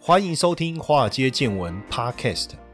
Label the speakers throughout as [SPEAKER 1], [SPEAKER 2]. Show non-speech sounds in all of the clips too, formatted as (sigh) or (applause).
[SPEAKER 1] 欢迎收听《华尔街见闻》Podcast，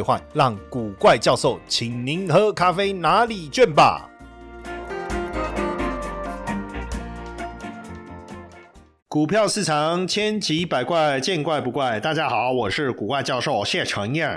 [SPEAKER 1] 换，让古怪教授请您喝咖啡拿礼券吧。股票市场千奇百怪，见怪不怪。大家好，我是古怪教授谢承彦。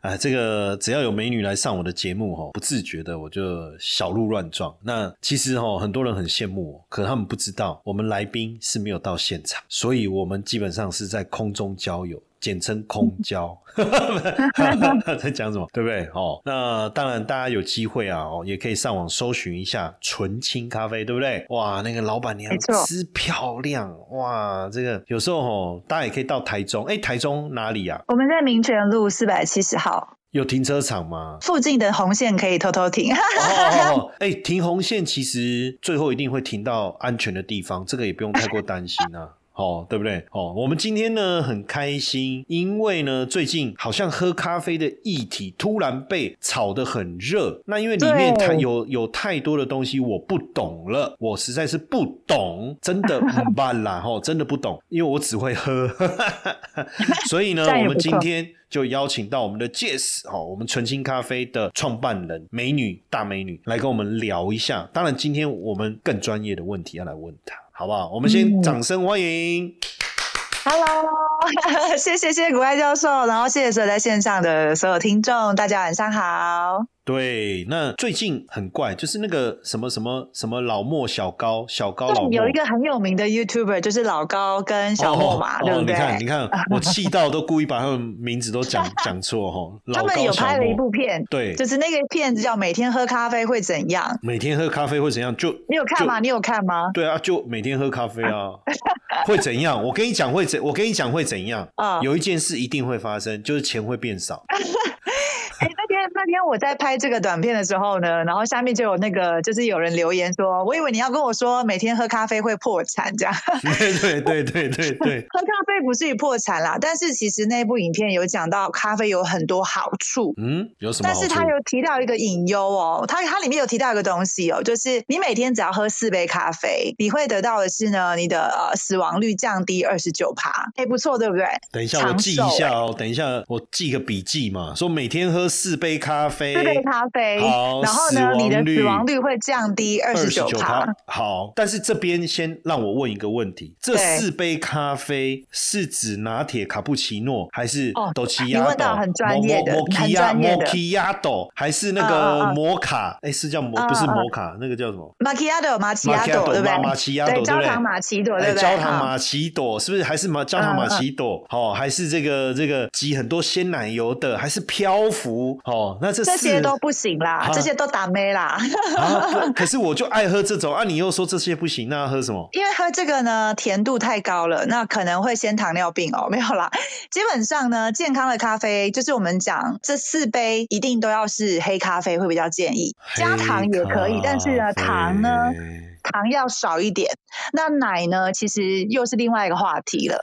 [SPEAKER 1] 哎，这个只要有美女来上我的节目哈，不自觉的我就小鹿乱撞。那其实哈，很多人很羡慕我，可他们不知道我们来宾是没有到现场，所以我们基本上是在空中交友。简称空
[SPEAKER 2] (laughs)
[SPEAKER 1] 交， (laughs) 在讲什么？对不对？哦，那当然，大家有机会啊，哦，也可以上网搜寻一下纯青咖啡，对不对？哇，那个老板娘
[SPEAKER 2] 没错
[SPEAKER 1] 之漂亮，哇，这个有时候哦，大家也可以到台中，哎，台中哪里啊？
[SPEAKER 2] 我们在民权路四百七十号
[SPEAKER 1] 有停车场吗？
[SPEAKER 2] 附近的红线可以偷偷停， (laughs)
[SPEAKER 1] 哦哦，哦哎，停红线其实最后一定会停到安全的地方，这个也不用太过担心啊。哦，对不对？哦，我们今天呢很开心，因为呢最近好像喝咖啡的议题突然被炒得很热。那因为里面
[SPEAKER 2] 对
[SPEAKER 1] 它有有太多的东西我不懂了，我实在是不懂，真的不办啦，哦，真的不懂，因为我只会喝。所以呢，
[SPEAKER 2] 这样
[SPEAKER 1] 我
[SPEAKER 2] 也
[SPEAKER 1] 们
[SPEAKER 2] 不
[SPEAKER 1] 今
[SPEAKER 2] 错
[SPEAKER 1] 天就邀请到我们的 Jess 哦，我们纯青咖啡的创办人美女大美女来跟我们聊一下。当然，今天我们更专业的问题要来问她，好不好？我们先
[SPEAKER 2] 嗯
[SPEAKER 1] 掌声欢迎。
[SPEAKER 2] Hello，谢谢谢谢古爱教授，然后谢谢所有在线上的所有听众，大家晚上好。
[SPEAKER 1] 对，那最近很怪，就是那个什么什么什么老莫小高小高老
[SPEAKER 2] 对，
[SPEAKER 1] 莫
[SPEAKER 2] 有一个很有名的 YouTuber 就是老高跟小莫嘛，
[SPEAKER 1] 哦
[SPEAKER 2] 对
[SPEAKER 1] 哦
[SPEAKER 2] 不
[SPEAKER 1] 你
[SPEAKER 2] 对？
[SPEAKER 1] 看你看，我气到都故意把他们名字都讲讲错哈。
[SPEAKER 2] (laughs) 他
[SPEAKER 1] 老
[SPEAKER 2] 们
[SPEAKER 1] 高
[SPEAKER 2] 有
[SPEAKER 1] 小
[SPEAKER 2] 拍了一
[SPEAKER 1] 莫，
[SPEAKER 2] 部片，
[SPEAKER 1] 对，
[SPEAKER 2] 就是那个片子叫《每天喝咖啡会怎样》，
[SPEAKER 1] 每天喝咖啡会怎样？就
[SPEAKER 2] 你有看
[SPEAKER 1] 就
[SPEAKER 2] 吗？你有看吗？
[SPEAKER 1] (laughs) 对啊，就每天喝咖啡啊，会怎样？我跟你讲会怎，我跟你讲会怎样？
[SPEAKER 2] 啊、
[SPEAKER 1] 有一件事一定会发生，就是钱会变少。 (laughs)
[SPEAKER 2] 哎、那天那天我在拍这个短片的时候呢，然后下面就有那个就是有人留言说，我以为你要跟我说每天喝咖啡会破产这样，喝
[SPEAKER 1] 对对对对对对，
[SPEAKER 2] 咖啡不至于破产啦，但是其实那部影片有讲到咖啡有很多好处。
[SPEAKER 1] 嗯，有什么
[SPEAKER 2] 但
[SPEAKER 1] 好处？
[SPEAKER 2] 是它有提到一个隐忧哦，它它里面有提到一个东西哦，就是你每天只要喝四杯咖啡，你会得到的是呢，你的呃死亡率降低二十九趴，哎，不错，对不对？
[SPEAKER 1] 等一下我记一
[SPEAKER 2] 欸
[SPEAKER 1] 下哦，等一下我记个笔记嘛，说每天喝四杯咖啡，
[SPEAKER 2] 四杯咖啡，
[SPEAKER 1] 好
[SPEAKER 2] 然后
[SPEAKER 1] 死
[SPEAKER 2] 呢，
[SPEAKER 1] 亡
[SPEAKER 2] 你的
[SPEAKER 1] 率
[SPEAKER 2] 死亡率会降低二十九趴
[SPEAKER 1] 趴。，好。但是这边先让我问一个问题：这
[SPEAKER 2] 对
[SPEAKER 1] 四杯咖啡是指拿铁、卡布奇诺，还是
[SPEAKER 2] 哦
[SPEAKER 1] 斗奇
[SPEAKER 2] 你
[SPEAKER 1] 亚
[SPEAKER 2] 问
[SPEAKER 1] 斗
[SPEAKER 2] 到、很专业的
[SPEAKER 1] 摩摩
[SPEAKER 2] 很
[SPEAKER 1] 奇亚、
[SPEAKER 2] 专业
[SPEAKER 1] 摩
[SPEAKER 2] 的
[SPEAKER 1] 奇亚斗，还是那
[SPEAKER 2] 嗯嗯
[SPEAKER 1] 个
[SPEAKER 2] 嗯
[SPEAKER 1] 摩卡？哎，是叫摩，不是
[SPEAKER 2] 嗯嗯
[SPEAKER 1] 摩卡，那个叫什么？
[SPEAKER 2] 马奇亚朵，马奇亚
[SPEAKER 1] 马
[SPEAKER 2] 朵，对不对？
[SPEAKER 1] 马奇亚朵，对
[SPEAKER 2] 对，
[SPEAKER 1] 不
[SPEAKER 2] 焦
[SPEAKER 1] 对？
[SPEAKER 2] 糖玛奇朵，对嗯
[SPEAKER 1] 哎，
[SPEAKER 2] 不对？
[SPEAKER 1] 焦糖
[SPEAKER 2] 啊
[SPEAKER 1] 玛奇朵是不是还是马焦糖玛奇朵？哦，还是这个这个挤很多鲜奶油的，还是漂浮？哦，那这
[SPEAKER 2] 这
[SPEAKER 1] 四
[SPEAKER 2] 些都不行
[SPEAKER 1] 啊
[SPEAKER 2] 啦，这些都打妹啦。
[SPEAKER 1] 啊，不可是我就爱喝这种啊，你又说这些不行，那要喝什么？
[SPEAKER 2] 因为喝这个呢，甜度太高了，那可能会先糖尿病哦。没有啦， (laughs) 基本上呢，健康的咖啡就是我们讲这四杯一定都要是黑咖啡会比较建议，加糖也可以，但是呢，糖呢
[SPEAKER 1] 黑咖啡？
[SPEAKER 2] 糖要少一点，那奶呢？其实又是另外一个话题
[SPEAKER 1] (laughs)
[SPEAKER 2] 了。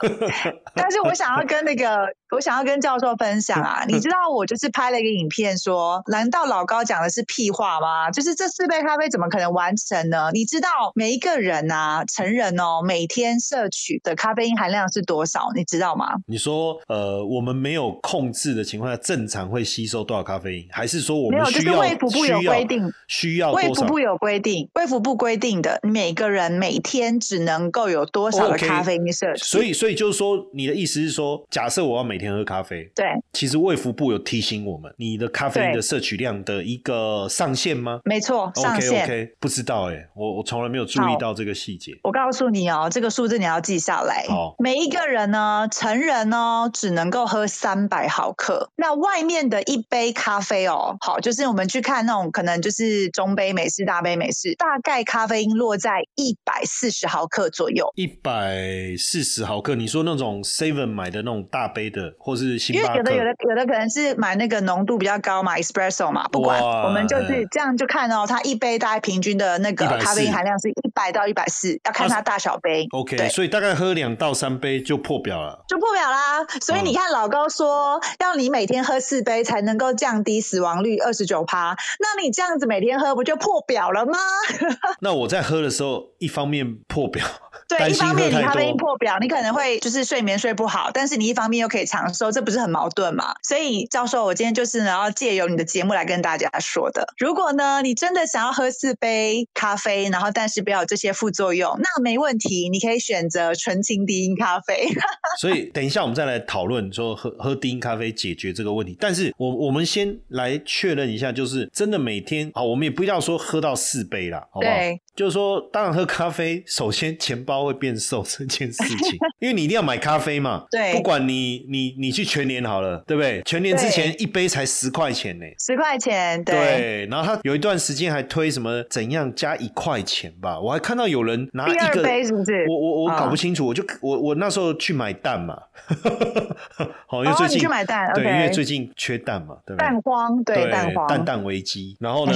[SPEAKER 2] 但是我想要跟那个，我想要跟教授分享啊，你知道我就是拍了一个影片说，难道老高讲的是屁话吗？就是这四杯咖啡怎么可能完成呢？你知道每一个人啊，成人哦，每天摄取的咖啡因含量是多少？你知道吗？
[SPEAKER 1] 你说，呃，我们没有控制的情况下，正常会吸收多少咖啡因？还是说我
[SPEAKER 2] 没
[SPEAKER 1] 们
[SPEAKER 2] 有
[SPEAKER 1] 需
[SPEAKER 2] 就是
[SPEAKER 1] 要
[SPEAKER 2] 卫福部有
[SPEAKER 1] 需要
[SPEAKER 2] 规定
[SPEAKER 1] 需要
[SPEAKER 2] 卫
[SPEAKER 1] 多
[SPEAKER 2] 福
[SPEAKER 1] 少？
[SPEAKER 2] 部有规定，卫福部规定的，每个人每天只能够有多少的
[SPEAKER 1] OK
[SPEAKER 2] 咖啡因摄取？
[SPEAKER 1] 所以，所以就是说，你的意思是说，假设我要每天喝咖啡，
[SPEAKER 2] 对。
[SPEAKER 1] 其实卫福部有提醒我们，你的咖啡因
[SPEAKER 2] 对
[SPEAKER 1] 的摄取量的一个上限吗
[SPEAKER 2] 没错，上
[SPEAKER 1] ？OK
[SPEAKER 2] 限
[SPEAKER 1] OK，不知道哎、我我从来没有注意
[SPEAKER 2] 好
[SPEAKER 1] 到这个细节。
[SPEAKER 2] 我告诉你哦，这个数字你要记下来。
[SPEAKER 1] 好
[SPEAKER 2] 每一个人呢，成人哦，只能够喝三百毫克。那外面的一杯咖啡哦，好，就是我们去看那种可能就是中杯美式、大杯美式，大概咖啡因落在一百四十毫克左右。
[SPEAKER 1] 一百四十毫克，你说那种 Seven 买的那种大杯的，或是
[SPEAKER 2] 因
[SPEAKER 1] 星
[SPEAKER 2] 为
[SPEAKER 1] 巴克，
[SPEAKER 2] 有的有的有的可能是买那个浓度比较高嘛，espresso 嘛，不管，
[SPEAKER 1] 哇
[SPEAKER 2] 我们就是这样就看哦，它一杯大概平均的那个
[SPEAKER 1] 140
[SPEAKER 2] 咖啡因含量是一百到一百四，要看它大小杯。
[SPEAKER 1] OK，
[SPEAKER 2] 对
[SPEAKER 1] 所以大概喝两到三杯就破表了。
[SPEAKER 2] 就破表啦，所
[SPEAKER 1] 嗯
[SPEAKER 2] 以你看老高说、要你每天喝四杯才能够降低死亡率二十九趴，那你这样子每天喝不就破表了吗？ (laughs) 啊
[SPEAKER 1] 那我在喝的时候，一方面破
[SPEAKER 2] (laughs)
[SPEAKER 1] 表，
[SPEAKER 2] 对，
[SPEAKER 1] 担
[SPEAKER 2] 一
[SPEAKER 1] 心
[SPEAKER 2] 方
[SPEAKER 1] 喝
[SPEAKER 2] 面你
[SPEAKER 1] 太
[SPEAKER 2] 咖啡因
[SPEAKER 1] 多。
[SPEAKER 2] 破表，你可能会就是睡眠睡不好，但是你一方面又可以长寿，这不是很矛盾吗？所以教授，我今天就是呢要借由你的节目来跟大家说的。如果呢你真的想要喝四杯咖啡，然后但是不要有这些副作用，那没问题，你可以选择纯情低因咖啡。 (laughs)
[SPEAKER 1] 所以等一下我们再来讨论说喝喝低因咖啡解决这个问题。但是我我们先来确认一下，就是真的每天啊，我们也不要说喝到四杯啦，好不好？
[SPEAKER 2] 对
[SPEAKER 1] 就是说，当然喝咖啡，首先钱包会变瘦这件事
[SPEAKER 2] (laughs)
[SPEAKER 1] 情，因为你一定要买咖啡嘛。
[SPEAKER 2] 对
[SPEAKER 1] 不管你你你去全年好了，对不对？全年之前一杯才十块钱呢、
[SPEAKER 2] 十块钱，对。
[SPEAKER 1] 对，然后他有一段时间还推什么怎样加一块钱吧，我还看到有人拿
[SPEAKER 2] 第
[SPEAKER 1] 啊一
[SPEAKER 2] 二
[SPEAKER 1] 个，
[SPEAKER 2] 杯是不是
[SPEAKER 1] 我我我
[SPEAKER 2] 啊
[SPEAKER 1] 搞不清楚，我就我我那时候去买蛋嘛， (laughs) 好，因为
[SPEAKER 2] 哦
[SPEAKER 1] 最，
[SPEAKER 2] 你
[SPEAKER 1] 近、
[SPEAKER 2] 去买蛋，
[SPEAKER 1] 对，因为
[SPEAKER 2] OK
[SPEAKER 1] 最近缺蛋嘛，对不对？
[SPEAKER 2] 蛋荒，对
[SPEAKER 1] 对
[SPEAKER 2] 蛋荒，
[SPEAKER 1] 蛋蛋危机，然后呢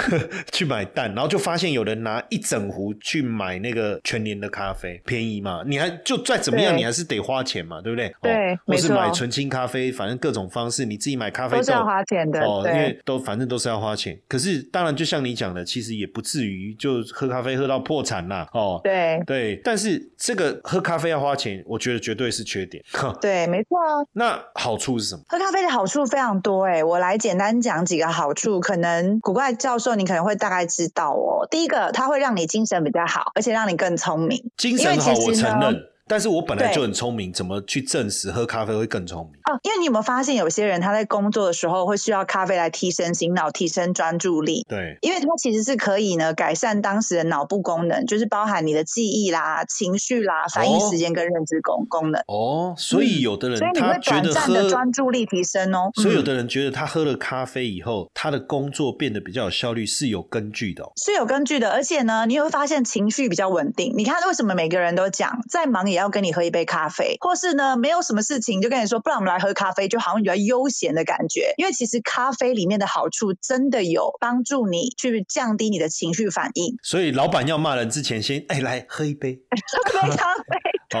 [SPEAKER 1] (laughs) 去买蛋，然后就发现有人拿一整壶去买那个全年的咖啡，便宜嘛，你还就再怎么样，
[SPEAKER 2] 对
[SPEAKER 1] 你还是得花钱嘛，对不对？
[SPEAKER 2] 对
[SPEAKER 1] 哦、或是
[SPEAKER 2] 没错
[SPEAKER 1] 买纯青咖啡，反正各种方式，你自己买咖啡
[SPEAKER 2] 都是
[SPEAKER 1] 豆
[SPEAKER 2] 要花钱的
[SPEAKER 1] 哦，因
[SPEAKER 2] 对
[SPEAKER 1] 为都反正都是要花钱。可是当然，就像你讲的，其实也不至于就喝咖啡喝到破产啦，哦。
[SPEAKER 2] 对
[SPEAKER 1] 对，但是这个喝咖啡要花钱，我觉得绝对是缺点。 (laughs) 哈，
[SPEAKER 2] 对，没错啊。
[SPEAKER 1] 那好处是什么？
[SPEAKER 2] 喝咖啡的好处非常多诶、我来简单讲几个好处，可能古怪教授你可能会大概知道哦。第一个，它会让你精神比较好，而且让你更聪明。
[SPEAKER 1] 精神好，
[SPEAKER 2] 因为
[SPEAKER 1] 我
[SPEAKER 2] 其实呢
[SPEAKER 1] 承认，但是我本来
[SPEAKER 2] 对
[SPEAKER 1] 就很聪明，怎么去证实喝咖啡会更聪明？
[SPEAKER 2] 哦，因为你有没有发现，有些人他在工作的时候会需要咖啡来提升醒脑、提升专注力，
[SPEAKER 1] 对，
[SPEAKER 2] 因为它其实是可以呢改善当时的脑部功能，就是包含你的记忆啦、情绪啦、反应时间跟认知功功能，
[SPEAKER 1] 哦，所以有的人
[SPEAKER 2] 所以你
[SPEAKER 1] 他
[SPEAKER 2] 会
[SPEAKER 1] 觉
[SPEAKER 2] 短
[SPEAKER 1] 得
[SPEAKER 2] 暂的嗯
[SPEAKER 1] 喝，
[SPEAKER 2] 专注力提升哦。
[SPEAKER 1] 所以有
[SPEAKER 2] 嗯
[SPEAKER 1] 的人觉得他喝了咖啡以后，他的工作变得比较有效率，是有根据的哦。。
[SPEAKER 2] 是有根据的，而且呢，你会发现情绪比较稳定。你看为什么每个人都讲，再忙也要跟你喝一杯咖啡，或是呢，没有什么事情就跟你说，不然我们来喝咖啡，就好像比较悠闲的感觉。因为其实咖啡里面的好处真的有帮助你去降低你的情绪反应 (laughs)
[SPEAKER 1] 所以老板要骂人之前先，哎，来喝一杯
[SPEAKER 2] 喝杯
[SPEAKER 1] (laughs)
[SPEAKER 2] 咖啡，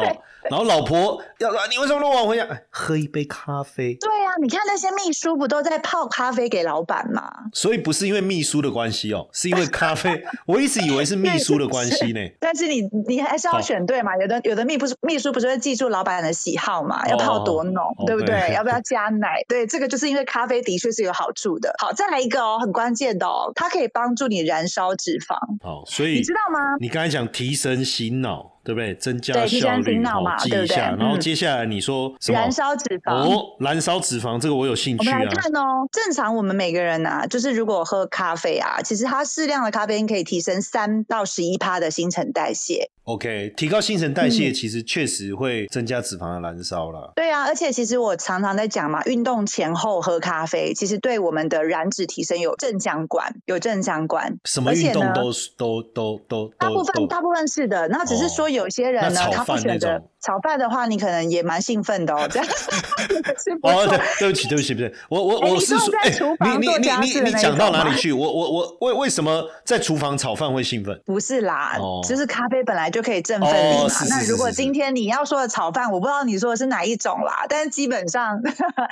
[SPEAKER 1] 哦
[SPEAKER 2] 对。
[SPEAKER 1] 然后老婆要说你为什么那么晚回家？哎喝一杯咖啡。
[SPEAKER 2] 对啊，你看那些秘书不都在泡咖啡给老板吗？
[SPEAKER 1] 所以不是因为秘书的关系哦，是因为咖
[SPEAKER 2] (laughs)
[SPEAKER 1] 啡。我一直以为是秘书的关系呢。
[SPEAKER 2] 但是你你还是
[SPEAKER 1] 好
[SPEAKER 2] 要选对嘛，有的有的秘不是秘书不是会记住老板的喜好嘛，要泡多浓，
[SPEAKER 1] 哦
[SPEAKER 2] 对不对？
[SPEAKER 1] 对
[SPEAKER 2] 要不
[SPEAKER 1] (laughs)
[SPEAKER 2] 要加奶？对，这个就是因为咖啡的确是有好处的。好，再来一个哦，很关键的哦，它可以帮助你燃烧脂肪，
[SPEAKER 1] 好，所以
[SPEAKER 2] 你知道吗？
[SPEAKER 1] 你刚才讲提神醒脑，对不对？增加
[SPEAKER 2] 对提
[SPEAKER 1] 效
[SPEAKER 2] 神
[SPEAKER 1] 率，
[SPEAKER 2] 醒脑
[SPEAKER 1] 好
[SPEAKER 2] 嘛
[SPEAKER 1] 记
[SPEAKER 2] 对
[SPEAKER 1] 一
[SPEAKER 2] 不对
[SPEAKER 1] 下。然后
[SPEAKER 2] 嗯
[SPEAKER 1] 接下来你说什么？
[SPEAKER 2] 燃烧脂肪。
[SPEAKER 1] 哦，燃烧脂肪，这个我有兴
[SPEAKER 2] 我
[SPEAKER 1] 趣
[SPEAKER 2] 们来
[SPEAKER 1] 啊。
[SPEAKER 2] 看哦，正常我们每个人啊，就是如果喝咖啡啊，其实它适量的咖啡因可以提升三到十一趴的新陈代谢，
[SPEAKER 1] OK，提高新陈代谢
[SPEAKER 2] 嗯
[SPEAKER 1] 其实确实会增加脂肪的燃烧啦。
[SPEAKER 2] 对啊，而且其实我常常在讲嘛，运动前后喝咖啡，其实对我们的燃脂提升有正相关，有正相关。
[SPEAKER 1] 什么
[SPEAKER 2] 而且
[SPEAKER 1] 运动
[SPEAKER 2] 呢
[SPEAKER 1] 都是都都都
[SPEAKER 2] 大
[SPEAKER 1] 都
[SPEAKER 2] 部分
[SPEAKER 1] 都
[SPEAKER 2] 大部分是的，那只是
[SPEAKER 1] 哦
[SPEAKER 2] 说有些人呢，
[SPEAKER 1] 那炒
[SPEAKER 2] 他不
[SPEAKER 1] 饭那
[SPEAKER 2] 选择
[SPEAKER 1] 种
[SPEAKER 2] 炒饭的话，你可能也蛮兴奋的哦，
[SPEAKER 1] (laughs)
[SPEAKER 2] 这样是不
[SPEAKER 1] 哦，
[SPEAKER 2] 错
[SPEAKER 1] 对。，对不起，对不起，对不起，我我
[SPEAKER 2] 哎
[SPEAKER 1] 我
[SPEAKER 2] 你
[SPEAKER 1] 是
[SPEAKER 2] 说
[SPEAKER 1] 说，
[SPEAKER 2] 在
[SPEAKER 1] 哎
[SPEAKER 2] 厨，
[SPEAKER 1] 你
[SPEAKER 2] 房
[SPEAKER 1] 你
[SPEAKER 2] 做家
[SPEAKER 1] 你
[SPEAKER 2] 事
[SPEAKER 1] 你
[SPEAKER 2] 的
[SPEAKER 1] 你
[SPEAKER 2] 那
[SPEAKER 1] 讲
[SPEAKER 2] 一
[SPEAKER 1] 到
[SPEAKER 2] 种
[SPEAKER 1] 哪里
[SPEAKER 2] 吗
[SPEAKER 1] 去？我我我为为什么在厨房炒饭会兴奋？
[SPEAKER 2] 不是啦，
[SPEAKER 1] 哦
[SPEAKER 2] 就是咖啡本来就可以振奋力嘛。
[SPEAKER 1] 哦是是
[SPEAKER 2] 那
[SPEAKER 1] 是
[SPEAKER 2] 如果
[SPEAKER 1] 是是
[SPEAKER 2] 今天你要说的炒饭，我不知道你说的是哪一种啦，但是基本上 (laughs)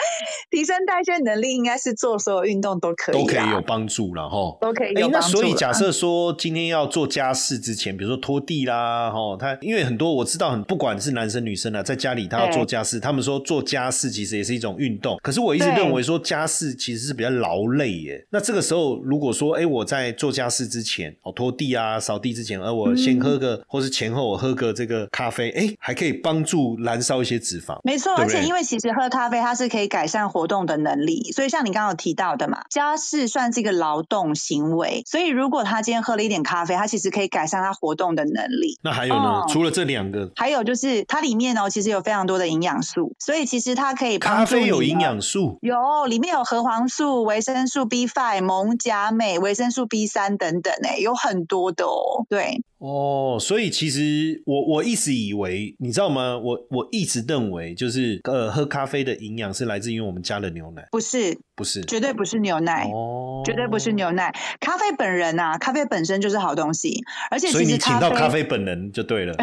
[SPEAKER 2] 提升代谢能力应该是做所有运动都可以，
[SPEAKER 1] 都可以有，帮助了哈。吼
[SPEAKER 2] 都可以
[SPEAKER 1] 哎
[SPEAKER 2] 有，
[SPEAKER 1] 那
[SPEAKER 2] 帮
[SPEAKER 1] 所以
[SPEAKER 2] 助啊啦
[SPEAKER 1] 假设说今天要做家事之前，比如说拖地啦，哈，他因为很多我知道很不管是男生女生啊，在家里他要
[SPEAKER 2] 对
[SPEAKER 1] 做家事，他们说做家事其实也是一种运动。可是我一直
[SPEAKER 2] 对
[SPEAKER 1] 认为说家事其实是比较劳累耶。那这个时候如果说哎、我在做家事之前，哦拖地啊扫地之前，而我先
[SPEAKER 2] 嗯
[SPEAKER 1] 喝个，或是前后我喝个这个咖啡，哎、还可以帮助燃烧一些脂肪。
[SPEAKER 2] 没错，
[SPEAKER 1] 对
[SPEAKER 2] 而
[SPEAKER 1] 不对
[SPEAKER 2] 且因为其实喝咖啡它是可以改善活动的能力，所以像你刚刚有提到的嘛，家事算是一个劳动行为，所以如果他今天喝了一点咖啡，他其实可以改善他活动的能力。
[SPEAKER 1] 那还有呢？
[SPEAKER 2] 哦
[SPEAKER 1] 除了这两个，
[SPEAKER 2] 还有就是它里面哦其实有非常多的营养素，所以其实它可以
[SPEAKER 1] 咖
[SPEAKER 2] 帮助
[SPEAKER 1] 啡
[SPEAKER 2] 你
[SPEAKER 1] 有
[SPEAKER 2] 呢
[SPEAKER 1] 营养素，
[SPEAKER 2] 有，里面有核黄素、维生素 B five、锰甲镁、维生素 B 三等等、欸，有很多的哦。对，
[SPEAKER 1] 哦，所以其实我我一直以为，你知道吗？我我一直认为，就是呃，喝咖啡的营养是来自于我们加了牛奶，
[SPEAKER 2] 不是，
[SPEAKER 1] 不是？
[SPEAKER 2] 绝对不是牛奶。
[SPEAKER 1] 哦，
[SPEAKER 2] 绝对不是。牛奶，咖啡本人呐、啊，咖啡本身就是好东西，而且
[SPEAKER 1] 所
[SPEAKER 2] 其
[SPEAKER 1] 以
[SPEAKER 2] 实
[SPEAKER 1] 你请到咖
[SPEAKER 2] 咖
[SPEAKER 1] 啡本人就对了。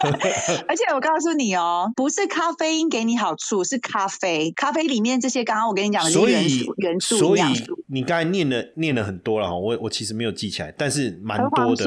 [SPEAKER 2] 而且我告诉你哦，不是咖啡因给你好处，是咖啡，咖啡里面这些刚刚我跟你讲的这
[SPEAKER 1] 所
[SPEAKER 2] 些元
[SPEAKER 1] 以
[SPEAKER 2] 素、元素、营
[SPEAKER 1] 所以
[SPEAKER 2] 养素。
[SPEAKER 1] 你刚才念了念了很多了哈，我我其实没有记起来，但是蛮多的，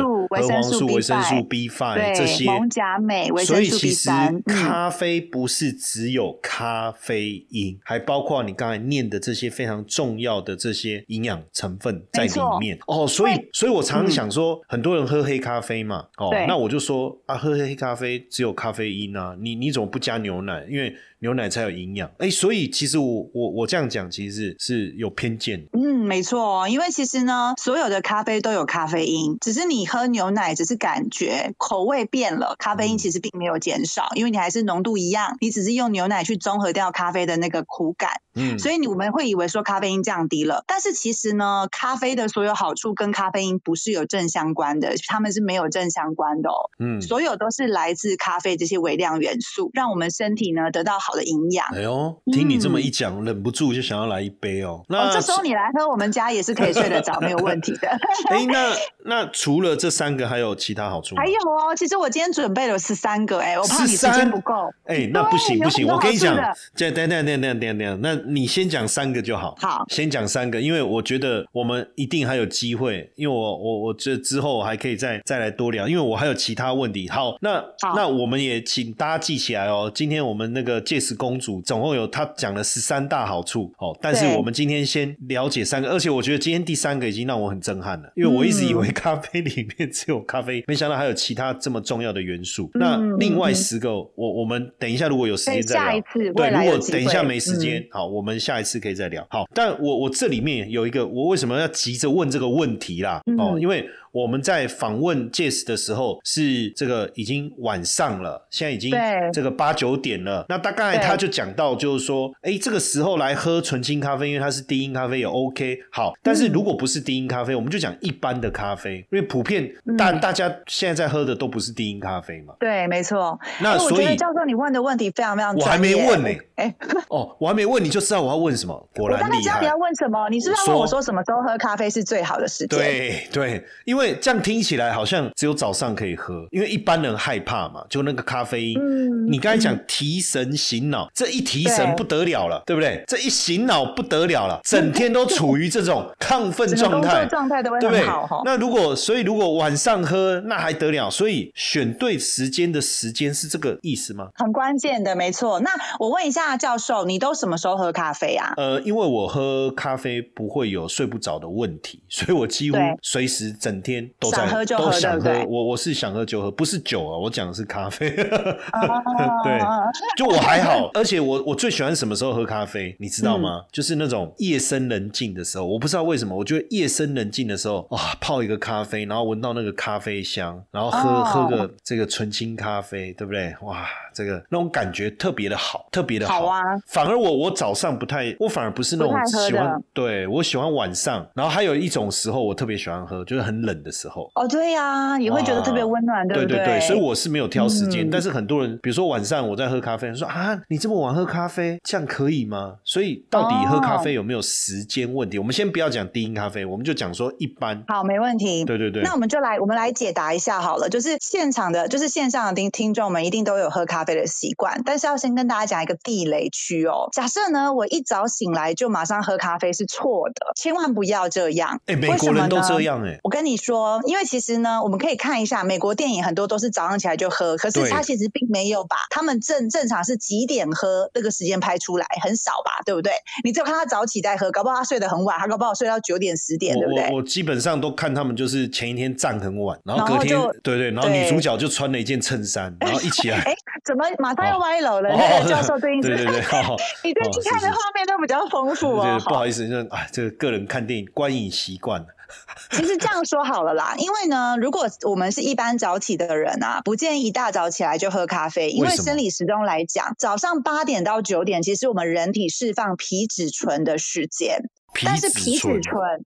[SPEAKER 1] 核
[SPEAKER 2] 核黄素
[SPEAKER 1] 黄素、维
[SPEAKER 2] 维
[SPEAKER 1] 生
[SPEAKER 2] 生
[SPEAKER 1] 素
[SPEAKER 2] 素
[SPEAKER 1] B five
[SPEAKER 2] 对
[SPEAKER 1] 这些，
[SPEAKER 2] 锰甲镁维
[SPEAKER 1] 所
[SPEAKER 2] 生素
[SPEAKER 1] 以其实
[SPEAKER 2] B3 嗯
[SPEAKER 1] 咖啡不是只有咖啡因，还包括你刚才念的这些非常重要的这些营养成分在
[SPEAKER 2] 没
[SPEAKER 1] 里
[SPEAKER 2] 错
[SPEAKER 1] 面哦。所以
[SPEAKER 2] 会嗯
[SPEAKER 1] 所以我常常想说，很多人喝黑咖啡嘛，哦
[SPEAKER 2] 对，
[SPEAKER 1] 那我就说啊，喝黑咖啡只有咖啡因啊，你你怎么不加牛奶？因为牛奶才有营养。哎，所以其实我我我这样讲其实是有偏见的。
[SPEAKER 2] 嗯，没错哦，因为其实呢，所有的咖啡都有咖啡因，只是你喝牛奶只是感觉口味变了，咖啡
[SPEAKER 1] 嗯
[SPEAKER 2] 因其实并没有减少，因为你还是浓度一样，你只是用牛奶去综合掉咖啡的那个苦感，
[SPEAKER 1] 嗯，
[SPEAKER 2] 所以你我们会以为说咖啡因降低了，但是其实呢，咖啡的所有好处跟咖啡因不是有正相关的，它们是没有正相关的哦，
[SPEAKER 1] 嗯，
[SPEAKER 2] 所有都是来自咖啡这些微量元素，让我们身体呢得到好的营养。
[SPEAKER 1] 哎呦，听你这么
[SPEAKER 2] 嗯
[SPEAKER 1] 一讲，忍不住就想要来一杯哦。那
[SPEAKER 2] 哦，这时候你来喝，我们家也是可以睡得着，没有问题
[SPEAKER 1] (laughs)
[SPEAKER 2] 的。
[SPEAKER 1] 哎、那那除了这三个，还有其他好处吗？
[SPEAKER 2] 还有哦，其实我今天准备了十三个、哎，我怕你时
[SPEAKER 1] 13
[SPEAKER 2] 间不够。
[SPEAKER 1] 哎、那不行
[SPEAKER 2] 对
[SPEAKER 1] 不行，
[SPEAKER 2] 有很多
[SPEAKER 1] 我跟你讲
[SPEAKER 2] 好处，
[SPEAKER 1] 这等等等等等等，那你先讲三个就好。
[SPEAKER 2] 好
[SPEAKER 1] 先讲三个，因为我觉得我们一定还有机会，因为我我我这之后还可以再再来多聊，因为我还有其他问题。好，那
[SPEAKER 2] 好
[SPEAKER 1] 那我们也请大家记起来哦。今天我们那个戒石公主总共有她讲了十三大好处哦，但是
[SPEAKER 2] 对
[SPEAKER 1] 我们今天先了解三个，而且我觉得今天第三个已经让我很震
[SPEAKER 2] 嗯
[SPEAKER 1] 撼了，因为我一直以为咖啡里面只有咖啡，没想到还有其他这么重要的元素。那
[SPEAKER 2] 嗯
[SPEAKER 1] 另外
[SPEAKER 2] 嗯
[SPEAKER 1] 十个，我我们等一下如果有时间再聊。
[SPEAKER 2] 可以下一次
[SPEAKER 1] 对，
[SPEAKER 2] 未来
[SPEAKER 1] 如
[SPEAKER 2] 有
[SPEAKER 1] 果
[SPEAKER 2] 机
[SPEAKER 1] 等一
[SPEAKER 2] 会嗯
[SPEAKER 1] 下没时间，好，我们下一次可以再聊。好，但我我这里面有一个，我为什么要急着问这个问题啦？哦，
[SPEAKER 2] 嗯
[SPEAKER 1] 因为我们在访问 Jess 的时候是这个已经晚上了，现在已经
[SPEAKER 2] 对
[SPEAKER 1] 这个八九点了。那大概
[SPEAKER 2] 对
[SPEAKER 1] 他就讲到，就是说，哎，这个时候来喝纯青咖啡，因为它是低因咖啡也 OK。好，但
[SPEAKER 2] 嗯
[SPEAKER 1] 是如果不是低因咖啡，我们就讲一般的咖啡，因为普遍大、
[SPEAKER 2] 嗯
[SPEAKER 1] 大家现在在喝的都不是低因咖啡嘛。
[SPEAKER 2] 对，没错。
[SPEAKER 1] 那
[SPEAKER 2] 哎我
[SPEAKER 1] 所
[SPEAKER 2] 觉
[SPEAKER 1] 以
[SPEAKER 2] 得教授你问的问题非常非常
[SPEAKER 1] 我还
[SPEAKER 2] 专业
[SPEAKER 1] 没问呢
[SPEAKER 2] 哎、
[SPEAKER 1] 哦，我还没问你就知道我要问什么，果
[SPEAKER 2] 我
[SPEAKER 1] 然
[SPEAKER 2] 大概
[SPEAKER 1] 厉
[SPEAKER 2] 知道
[SPEAKER 1] 害
[SPEAKER 2] 你。要问什么，你是要
[SPEAKER 1] 说
[SPEAKER 2] 问我说什么时候喝咖啡是最好的时间？，
[SPEAKER 1] 对对，因为这样听起来好像只有早上可以喝，因为一般人害怕嘛，就那个咖啡因。
[SPEAKER 2] 嗯
[SPEAKER 1] 你刚才讲提神醒脑，这一提神
[SPEAKER 2] 对
[SPEAKER 1] 不得了了，对不对？这一醒脑不得了
[SPEAKER 2] (laughs)
[SPEAKER 1] 了，整天都处于这种亢奋
[SPEAKER 2] 整个
[SPEAKER 1] 状
[SPEAKER 2] 工作
[SPEAKER 1] 态，
[SPEAKER 2] 状态都会
[SPEAKER 1] 对不对
[SPEAKER 2] 很好哈？。
[SPEAKER 1] 那如果所以如果晚上喝，那还得了？所以选对时间的时间是这个意思吗？
[SPEAKER 2] 很关键的，没错。那我问一下教授，你都什么时候喝咖啡啊？
[SPEAKER 1] 呃，因为我喝咖啡不会有睡不着的问题，所以我几乎
[SPEAKER 2] 对
[SPEAKER 1] 随时整天都在
[SPEAKER 2] 想喝就
[SPEAKER 1] 都
[SPEAKER 2] 喝
[SPEAKER 1] 想
[SPEAKER 2] 对不对
[SPEAKER 1] 我我是想喝就喝，不是酒啊，我讲的是咖啡。 (laughs) (laughs) 对
[SPEAKER 2] 啊
[SPEAKER 1] (laughs) 就我还
[SPEAKER 2] (laughs)
[SPEAKER 1] 好，而且我我最喜欢什么时候喝咖啡，你知道吗？
[SPEAKER 2] 嗯
[SPEAKER 1] 就是那种夜深人静的时候，我不知道为什么，我觉得夜深人静的时候，哇、泡一个咖啡，然后闻到那个咖啡香，然后喝、
[SPEAKER 2] 哦
[SPEAKER 1] 喝个这个纯青咖啡，对不对？哇，这个那种感觉特别的好，特别的
[SPEAKER 2] 好啊
[SPEAKER 1] 反而我我早上不太，我反而不是那
[SPEAKER 2] 不太
[SPEAKER 1] 种
[SPEAKER 2] 喝的
[SPEAKER 1] 喜欢，对我喜欢晚上，然后还有一种时候我特别喜欢喝，就是很冷的时候。
[SPEAKER 2] 哦，对呀、你会觉得特别温暖，
[SPEAKER 1] 对
[SPEAKER 2] 不
[SPEAKER 1] 对
[SPEAKER 2] 对，
[SPEAKER 1] 所以我是没有挑时间，
[SPEAKER 2] 嗯
[SPEAKER 1] 但是很多人，比如说晚上我在喝咖啡，说啊，你这么晚喝咖啡，这样可以吗？所以到底
[SPEAKER 2] 哦
[SPEAKER 1] 喝咖啡有没有时间问题？我们先不要讲低因咖啡，我们就讲说一般。
[SPEAKER 2] 好，没问题。
[SPEAKER 1] 对对对
[SPEAKER 2] 那，我们就来，我们来解答一下好了。就是现场的，就是线上的听听众们一定都有喝咖啡的习惯，但是要先跟大家讲一个地雷区哦。假设呢，我一早醒来就马上喝咖啡是错的，千万不要这样。
[SPEAKER 1] 哎，美
[SPEAKER 2] 为什
[SPEAKER 1] 国人
[SPEAKER 2] 么
[SPEAKER 1] 都
[SPEAKER 2] 呢
[SPEAKER 1] 这样哎、
[SPEAKER 2] 我跟你说，因为其实呢，我们可以看一下美国电影，很多都是早上起来就喝，可
[SPEAKER 1] 对
[SPEAKER 2] 是他其实并没有把他们正正常是几点喝那个时间拍出来，很少吧，对不对？你只有看他早起在喝，搞不好他睡得很晚，他搞不好睡到九点十点，对
[SPEAKER 1] 我
[SPEAKER 2] 不对
[SPEAKER 1] 我？我基本上都看他们就是前一天站很晚，然后
[SPEAKER 2] 然后
[SPEAKER 1] 隔天
[SPEAKER 2] 就
[SPEAKER 1] 对对，然后女
[SPEAKER 2] 对
[SPEAKER 1] 主角就穿了一件衬衫，然后一起来。
[SPEAKER 2] 哎，哎怎么马上
[SPEAKER 1] 哦
[SPEAKER 2] 又歪
[SPEAKER 1] (laughs)
[SPEAKER 2] 楼了？那个教授最近
[SPEAKER 1] 对对
[SPEAKER 2] 是，
[SPEAKER 1] 对，好好。
[SPEAKER 2] (laughs) 你最
[SPEAKER 1] 哦
[SPEAKER 2] 近
[SPEAKER 1] 是
[SPEAKER 2] 看的
[SPEAKER 1] 是
[SPEAKER 2] 画面都比较丰
[SPEAKER 1] 对
[SPEAKER 2] 富哦
[SPEAKER 1] 啊对，。不好意思，就是哎，这个个人看电影观影习惯了
[SPEAKER 2] 其实这样说好了啦，因为呢，如果我们是一般早起的人啊，不建议一大早起来就喝咖啡，因
[SPEAKER 1] 为
[SPEAKER 2] 为
[SPEAKER 1] 什么
[SPEAKER 2] 生理时钟来讲，早上八点到九点，其实我们人体释放皮质醇的时间，
[SPEAKER 1] 皮
[SPEAKER 2] 但是皮质醇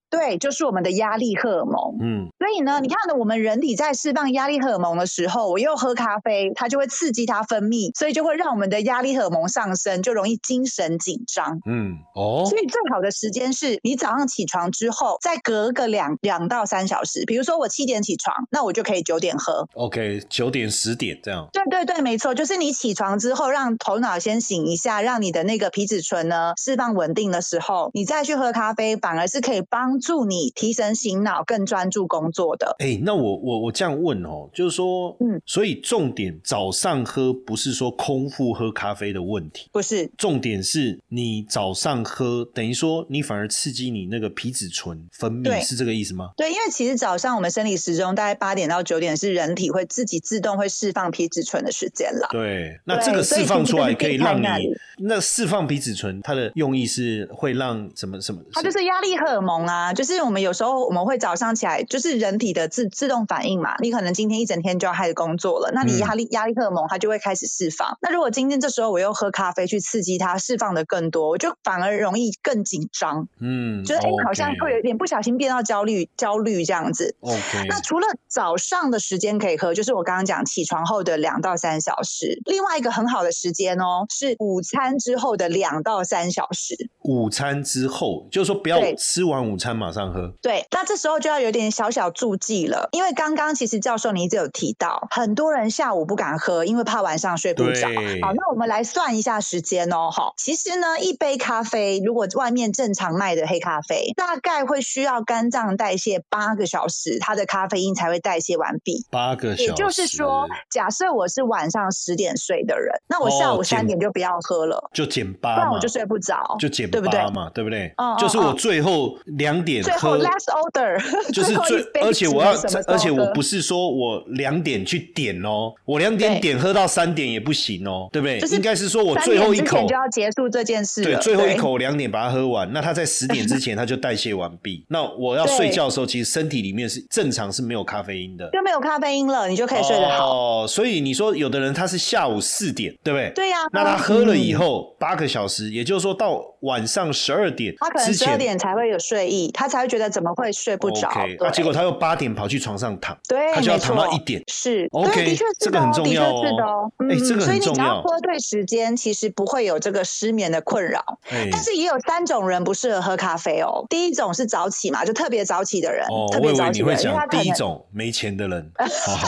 [SPEAKER 2] 对，就是我们的压力荷尔蒙。
[SPEAKER 1] 嗯，
[SPEAKER 2] 所以呢，你看呢，我们人体在释放压力荷尔蒙的时候，我又喝咖啡，它就会刺激它分泌，所以就会让我们的压力荷尔蒙上升，就容易精神紧张。
[SPEAKER 1] 嗯，哦
[SPEAKER 2] 所，以最好的时间是你早上起床之后，再隔个两两到三小时。比如说我七点起床，那我就可以九点喝。
[SPEAKER 1] OK，九点十点这样。
[SPEAKER 2] 对对对，没错，就是你起床之后，让头脑先醒一下，让你的那个皮质醇呢释放稳定的时候，你再去喝咖啡，反而是可以帮助你提神醒脑，更专注工作的。
[SPEAKER 1] 哎、那我我我这样问哦，就是说，
[SPEAKER 2] 嗯，
[SPEAKER 1] 所以重点早上喝不是说空腹喝咖啡的问题，
[SPEAKER 2] 不是，
[SPEAKER 1] 重点是你早上喝，等于说你反而刺激你那个皮质醇分泌，
[SPEAKER 2] 对
[SPEAKER 1] 是这个意思吗？
[SPEAKER 2] 对，因为其实早上我们生理时钟大概八点到九点是人体会自己自动会释放皮质醇的时间了。
[SPEAKER 1] 对，那
[SPEAKER 2] 对
[SPEAKER 1] 这个释放出来可以让
[SPEAKER 2] 所以
[SPEAKER 1] 你
[SPEAKER 2] 其实，
[SPEAKER 1] 那释放皮质醇它的用意是会让什么什么？
[SPEAKER 2] 它就是压力荷尔蒙啊，就是我们有时候我们会早上起来，就是人体的自自动反应嘛。你可能今天一整天就要开始工作了，那
[SPEAKER 1] 嗯
[SPEAKER 2] 你压力、压力荷尔蒙它就会开始释放。那如果今天这时候我又喝咖啡去刺激它释放的更多，我就反而容易更紧张，
[SPEAKER 1] 嗯，
[SPEAKER 2] 觉得哎、好像会有点不小心变到焦虑焦虑这样子。
[SPEAKER 1] OK，
[SPEAKER 2] 那除了早上的时间可以喝，就是我刚刚讲起床后的两到三小时，另外一个很好的时间哦，是午餐之后的两到三小时。
[SPEAKER 1] 午餐之后，就是说不要
[SPEAKER 2] 对
[SPEAKER 1] 吃完午餐马上喝。
[SPEAKER 2] 对，那这时候就要有点小小注记了，因为刚刚其实教授你一直有提到，很多人下午不敢喝，因为怕晚上睡不着。
[SPEAKER 1] 对
[SPEAKER 2] 好，那我们来算一下时间哦，哈，其实呢，一杯咖啡如果外面正常卖的黑咖啡，大概会需要肝脏代谢八个小时，它的咖啡因才会代谢完毕。
[SPEAKER 1] 八个小时，
[SPEAKER 2] 也就是说，假设我是晚上十点睡的人，那我下
[SPEAKER 1] 哦
[SPEAKER 2] 午
[SPEAKER 1] 减
[SPEAKER 2] 三点就不要喝了，
[SPEAKER 1] 就减
[SPEAKER 2] 不
[SPEAKER 1] 八
[SPEAKER 2] 然
[SPEAKER 1] 嘛，
[SPEAKER 2] 我就睡不着。
[SPEAKER 1] 就减
[SPEAKER 2] 对不对
[SPEAKER 1] 八嘛，对不对
[SPEAKER 2] 嗯嗯？
[SPEAKER 1] 就是我最后两点
[SPEAKER 2] 最后
[SPEAKER 1] 喝，
[SPEAKER 2] last order，
[SPEAKER 1] 就是最
[SPEAKER 2] 最后一，杯
[SPEAKER 1] 而且我要
[SPEAKER 2] 只能什么时，候
[SPEAKER 1] 而且我
[SPEAKER 2] 喝
[SPEAKER 1] 不是说我两点去点哦，我两点
[SPEAKER 2] 对
[SPEAKER 1] 点喝到三点也不行哦，对不对
[SPEAKER 2] 就？是
[SPEAKER 1] 应该是说我
[SPEAKER 2] 三
[SPEAKER 1] 最
[SPEAKER 2] 点
[SPEAKER 1] 后一
[SPEAKER 2] 之
[SPEAKER 1] 口
[SPEAKER 2] 前就。要结束这件事
[SPEAKER 1] 对，
[SPEAKER 2] 了。
[SPEAKER 1] 最后一口两点把它喝完，那它在十点之前它就代谢完毕。那我要
[SPEAKER 2] 对
[SPEAKER 1] 睡觉的时候，其实身体里面是正常是没有咖啡因的，
[SPEAKER 2] 就没有咖啡因了，你就可以睡得好。
[SPEAKER 1] 哦，所以你说有的人他是下午四点，对不对？
[SPEAKER 2] 对呀、
[SPEAKER 1] (laughs)
[SPEAKER 2] 嗯
[SPEAKER 1] 那他喝了以后八个小时，也就是说到晚上十二点
[SPEAKER 2] 他可能
[SPEAKER 1] 之
[SPEAKER 2] 十二
[SPEAKER 1] 前
[SPEAKER 2] 点才会有睡意，他才会觉得怎么会睡不着
[SPEAKER 1] OK，
[SPEAKER 2] 对
[SPEAKER 1] 啊，结果他又八点跑去床上躺。
[SPEAKER 2] 对，
[SPEAKER 1] 他就要
[SPEAKER 2] 没
[SPEAKER 1] 躺到
[SPEAKER 2] 错
[SPEAKER 1] 1点
[SPEAKER 2] 是
[SPEAKER 1] OK，
[SPEAKER 2] 对，的确
[SPEAKER 1] 这
[SPEAKER 2] 是
[SPEAKER 1] 个
[SPEAKER 2] 的
[SPEAKER 1] 很
[SPEAKER 2] 哦，
[SPEAKER 1] 重
[SPEAKER 2] 的确
[SPEAKER 1] 要哦
[SPEAKER 2] 是的哦。
[SPEAKER 1] 哎这个很
[SPEAKER 2] 所以你
[SPEAKER 1] 重
[SPEAKER 2] 只
[SPEAKER 1] 要
[SPEAKER 2] 要喝对时间，其实不会有这个失眠的困扰。
[SPEAKER 1] 哎，
[SPEAKER 2] 但是也有三种人不适合喝咖啡哦。第一种是早起嘛，就特别早起的人，
[SPEAKER 1] 哦，
[SPEAKER 2] 特
[SPEAKER 1] 我
[SPEAKER 2] 别
[SPEAKER 1] 以为
[SPEAKER 2] 早
[SPEAKER 1] 你
[SPEAKER 2] 起的
[SPEAKER 1] 会
[SPEAKER 2] 人，因为
[SPEAKER 1] 讲
[SPEAKER 2] 他可
[SPEAKER 1] 第
[SPEAKER 2] 能
[SPEAKER 1] 一，种没钱的
[SPEAKER 2] (laughs)
[SPEAKER 1] 人，好，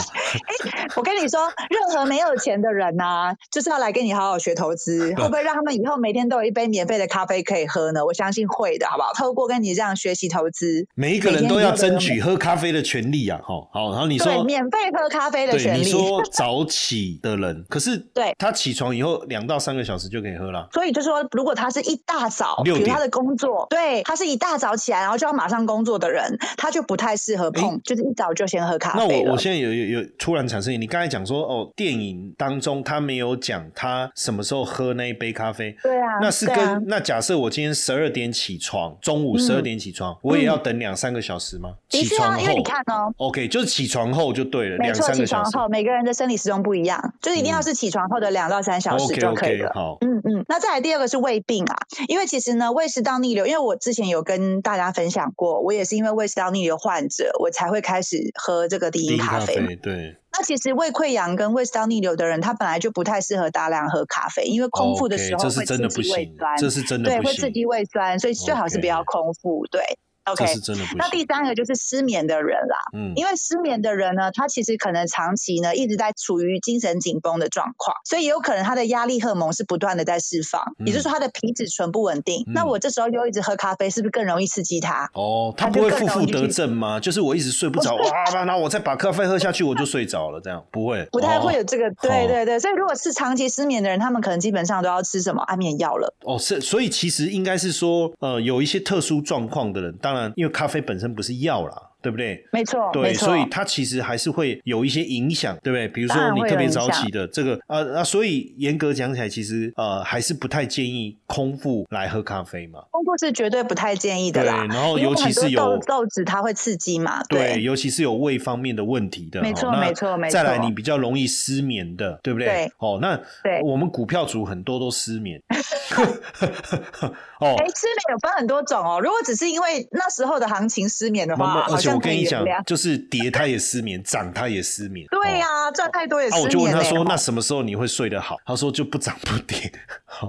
[SPEAKER 2] 我跟你说，任何没有钱的人呐、就是要来跟你好好学投资，会不会让他们以后每天都有一杯免费的咖啡可以喝呢？我相信会的，好不好？透过跟你这样学习投资，
[SPEAKER 1] 每一个人都要争取喝咖啡的权利啊，哈，好，然后你
[SPEAKER 2] 对，
[SPEAKER 1] 说。
[SPEAKER 2] 免费喝咖啡的
[SPEAKER 1] 对，
[SPEAKER 2] 权
[SPEAKER 1] 你
[SPEAKER 2] 利。
[SPEAKER 1] 说早起的人，可是
[SPEAKER 2] (laughs) 对
[SPEAKER 1] 他起床以后两到三个小时就可以喝了。
[SPEAKER 2] 所以就说，如果他是一大早，比
[SPEAKER 1] 六
[SPEAKER 2] 如
[SPEAKER 1] 点
[SPEAKER 2] 他的工作，对他是一大早起来，然后就要马上工作的人，他就不太适合碰，就是一早就先喝咖
[SPEAKER 1] 那
[SPEAKER 2] 啡
[SPEAKER 1] 我
[SPEAKER 2] 了
[SPEAKER 1] 我。现在有有有突然产生疑，你刚才讲说哦，电影当中他没有讲他什么时候喝那一杯咖啡，
[SPEAKER 2] 对啊，
[SPEAKER 1] 那是
[SPEAKER 2] 对
[SPEAKER 1] 跟、
[SPEAKER 2] 啊嗯
[SPEAKER 1] 那假设我今天十二点起床，中午十二点起床，我也要等两三个小时吗？
[SPEAKER 2] 的
[SPEAKER 1] 起
[SPEAKER 2] 确
[SPEAKER 1] 床
[SPEAKER 2] 啊，因为
[SPEAKER 1] 后
[SPEAKER 2] 你看哦，
[SPEAKER 1] ，OK，就是起床后就对了，
[SPEAKER 2] 没
[SPEAKER 1] 两
[SPEAKER 2] 错，
[SPEAKER 1] 三
[SPEAKER 2] 起
[SPEAKER 1] 个小时。
[SPEAKER 2] 床
[SPEAKER 1] 嗯
[SPEAKER 2] 后每个人的生理时钟不一样，就是一定要是起床后的两到三小时
[SPEAKER 1] OK
[SPEAKER 2] 就可以
[SPEAKER 1] OK，
[SPEAKER 2] 了。
[SPEAKER 1] 好，
[SPEAKER 2] 嗯嗯，那再来第二个是胃病啊，因为其实呢，胃食道逆流，因为我之前有跟大家分享过，我也是因为胃食道逆流患者，我才会开始喝这个低
[SPEAKER 1] 第一
[SPEAKER 2] 因咖
[SPEAKER 1] 咖
[SPEAKER 2] 啡嘛。
[SPEAKER 1] 啡，对，
[SPEAKER 2] 那其实胃溃疡跟胃食道逆流的人，他本来就不太适合大量喝咖啡，因为空腹的
[SPEAKER 1] OK，
[SPEAKER 2] 时候
[SPEAKER 1] 这
[SPEAKER 2] 会
[SPEAKER 1] 是
[SPEAKER 2] 刺
[SPEAKER 1] 真的不
[SPEAKER 2] 激胃
[SPEAKER 1] 行，
[SPEAKER 2] 酸，
[SPEAKER 1] 这是真的
[SPEAKER 2] 对，
[SPEAKER 1] 不
[SPEAKER 2] 会刺
[SPEAKER 1] 行，
[SPEAKER 2] 激胃酸，所以最好是不
[SPEAKER 1] OK
[SPEAKER 2] 要空腹。对，OK
[SPEAKER 1] 这。是真的不
[SPEAKER 2] 那第
[SPEAKER 1] 行。
[SPEAKER 2] 三个就是失眠的人啦，
[SPEAKER 1] 嗯，
[SPEAKER 2] 因为失眠的人呢，他其实可能长期呢一直在处于精神紧绷的状况，所以也有可能他的压力荷尔蒙是不断的在释放，
[SPEAKER 1] 嗯
[SPEAKER 2] 也就是说他的皮质醇不稳定。
[SPEAKER 1] 嗯
[SPEAKER 2] 那我这时候又一直喝咖啡，是不是更容易刺激他？
[SPEAKER 1] 哦，他
[SPEAKER 2] 他
[SPEAKER 1] 不
[SPEAKER 2] 就
[SPEAKER 1] 会
[SPEAKER 2] 更
[SPEAKER 1] 负负
[SPEAKER 2] 容易
[SPEAKER 1] 得
[SPEAKER 2] 去
[SPEAKER 1] 正吗？就是我一直睡不着，哇，那那我再把咖啡喝下去，我就睡着了，这样不会，
[SPEAKER 2] 不太会
[SPEAKER 1] 哦
[SPEAKER 2] 有这个，
[SPEAKER 1] 哦
[SPEAKER 2] 对对对，所以如果是长期失眠的人，他们可能基本上都要吃什么安眠药了。
[SPEAKER 1] 哦，是，所以其实应该是说，呃，有一些特殊状况的人，当然，因为咖啡本身不是药啦，对不对？
[SPEAKER 2] 没错，
[SPEAKER 1] 对，
[SPEAKER 2] 哦没错
[SPEAKER 1] 所以它其实还是会有一些影响，对不对？比如
[SPEAKER 2] 当
[SPEAKER 1] 说
[SPEAKER 2] 然
[SPEAKER 1] 你
[SPEAKER 2] 会
[SPEAKER 1] 特别
[SPEAKER 2] 有影
[SPEAKER 1] 早起的这个，呃，那、所以严格讲起来，其实呃还是不太建议空腹来喝咖啡嘛。
[SPEAKER 2] 空腹是绝对不太建议的啦。
[SPEAKER 1] 对然后
[SPEAKER 2] 因为
[SPEAKER 1] 尤其
[SPEAKER 2] 很多
[SPEAKER 1] 是有
[SPEAKER 2] 豆豆子，它会刺激嘛。
[SPEAKER 1] 对，尤其是有胃方面的问题的，
[SPEAKER 2] 没错
[SPEAKER 1] 哦那
[SPEAKER 2] 没错没错
[SPEAKER 1] 再来，你比较容易失眠的，对不对？
[SPEAKER 2] 对
[SPEAKER 1] 哦，那
[SPEAKER 2] 对
[SPEAKER 1] 我们股票族很多都失
[SPEAKER 2] (laughs)
[SPEAKER 1] 眠。哦
[SPEAKER 2] 哎，，失眠有分很多种哦。如果只是因为那时候的行情失眠的
[SPEAKER 1] 妈妈
[SPEAKER 2] 话，
[SPEAKER 1] 而
[SPEAKER 2] 好
[SPEAKER 1] 且我
[SPEAKER 2] 像可
[SPEAKER 1] 跟
[SPEAKER 2] 以
[SPEAKER 1] 你
[SPEAKER 2] 原
[SPEAKER 1] 讲
[SPEAKER 2] (laughs) 谅，。
[SPEAKER 1] 就是跌他也失眠，涨他也失眠。
[SPEAKER 2] 对
[SPEAKER 1] 哦
[SPEAKER 2] 呀，赚太多也失
[SPEAKER 1] 啊，
[SPEAKER 2] 眠。
[SPEAKER 1] 我就问他
[SPEAKER 2] 嘞
[SPEAKER 1] 说：“那什么时候你会睡得好？”他说：“就不涨不跌。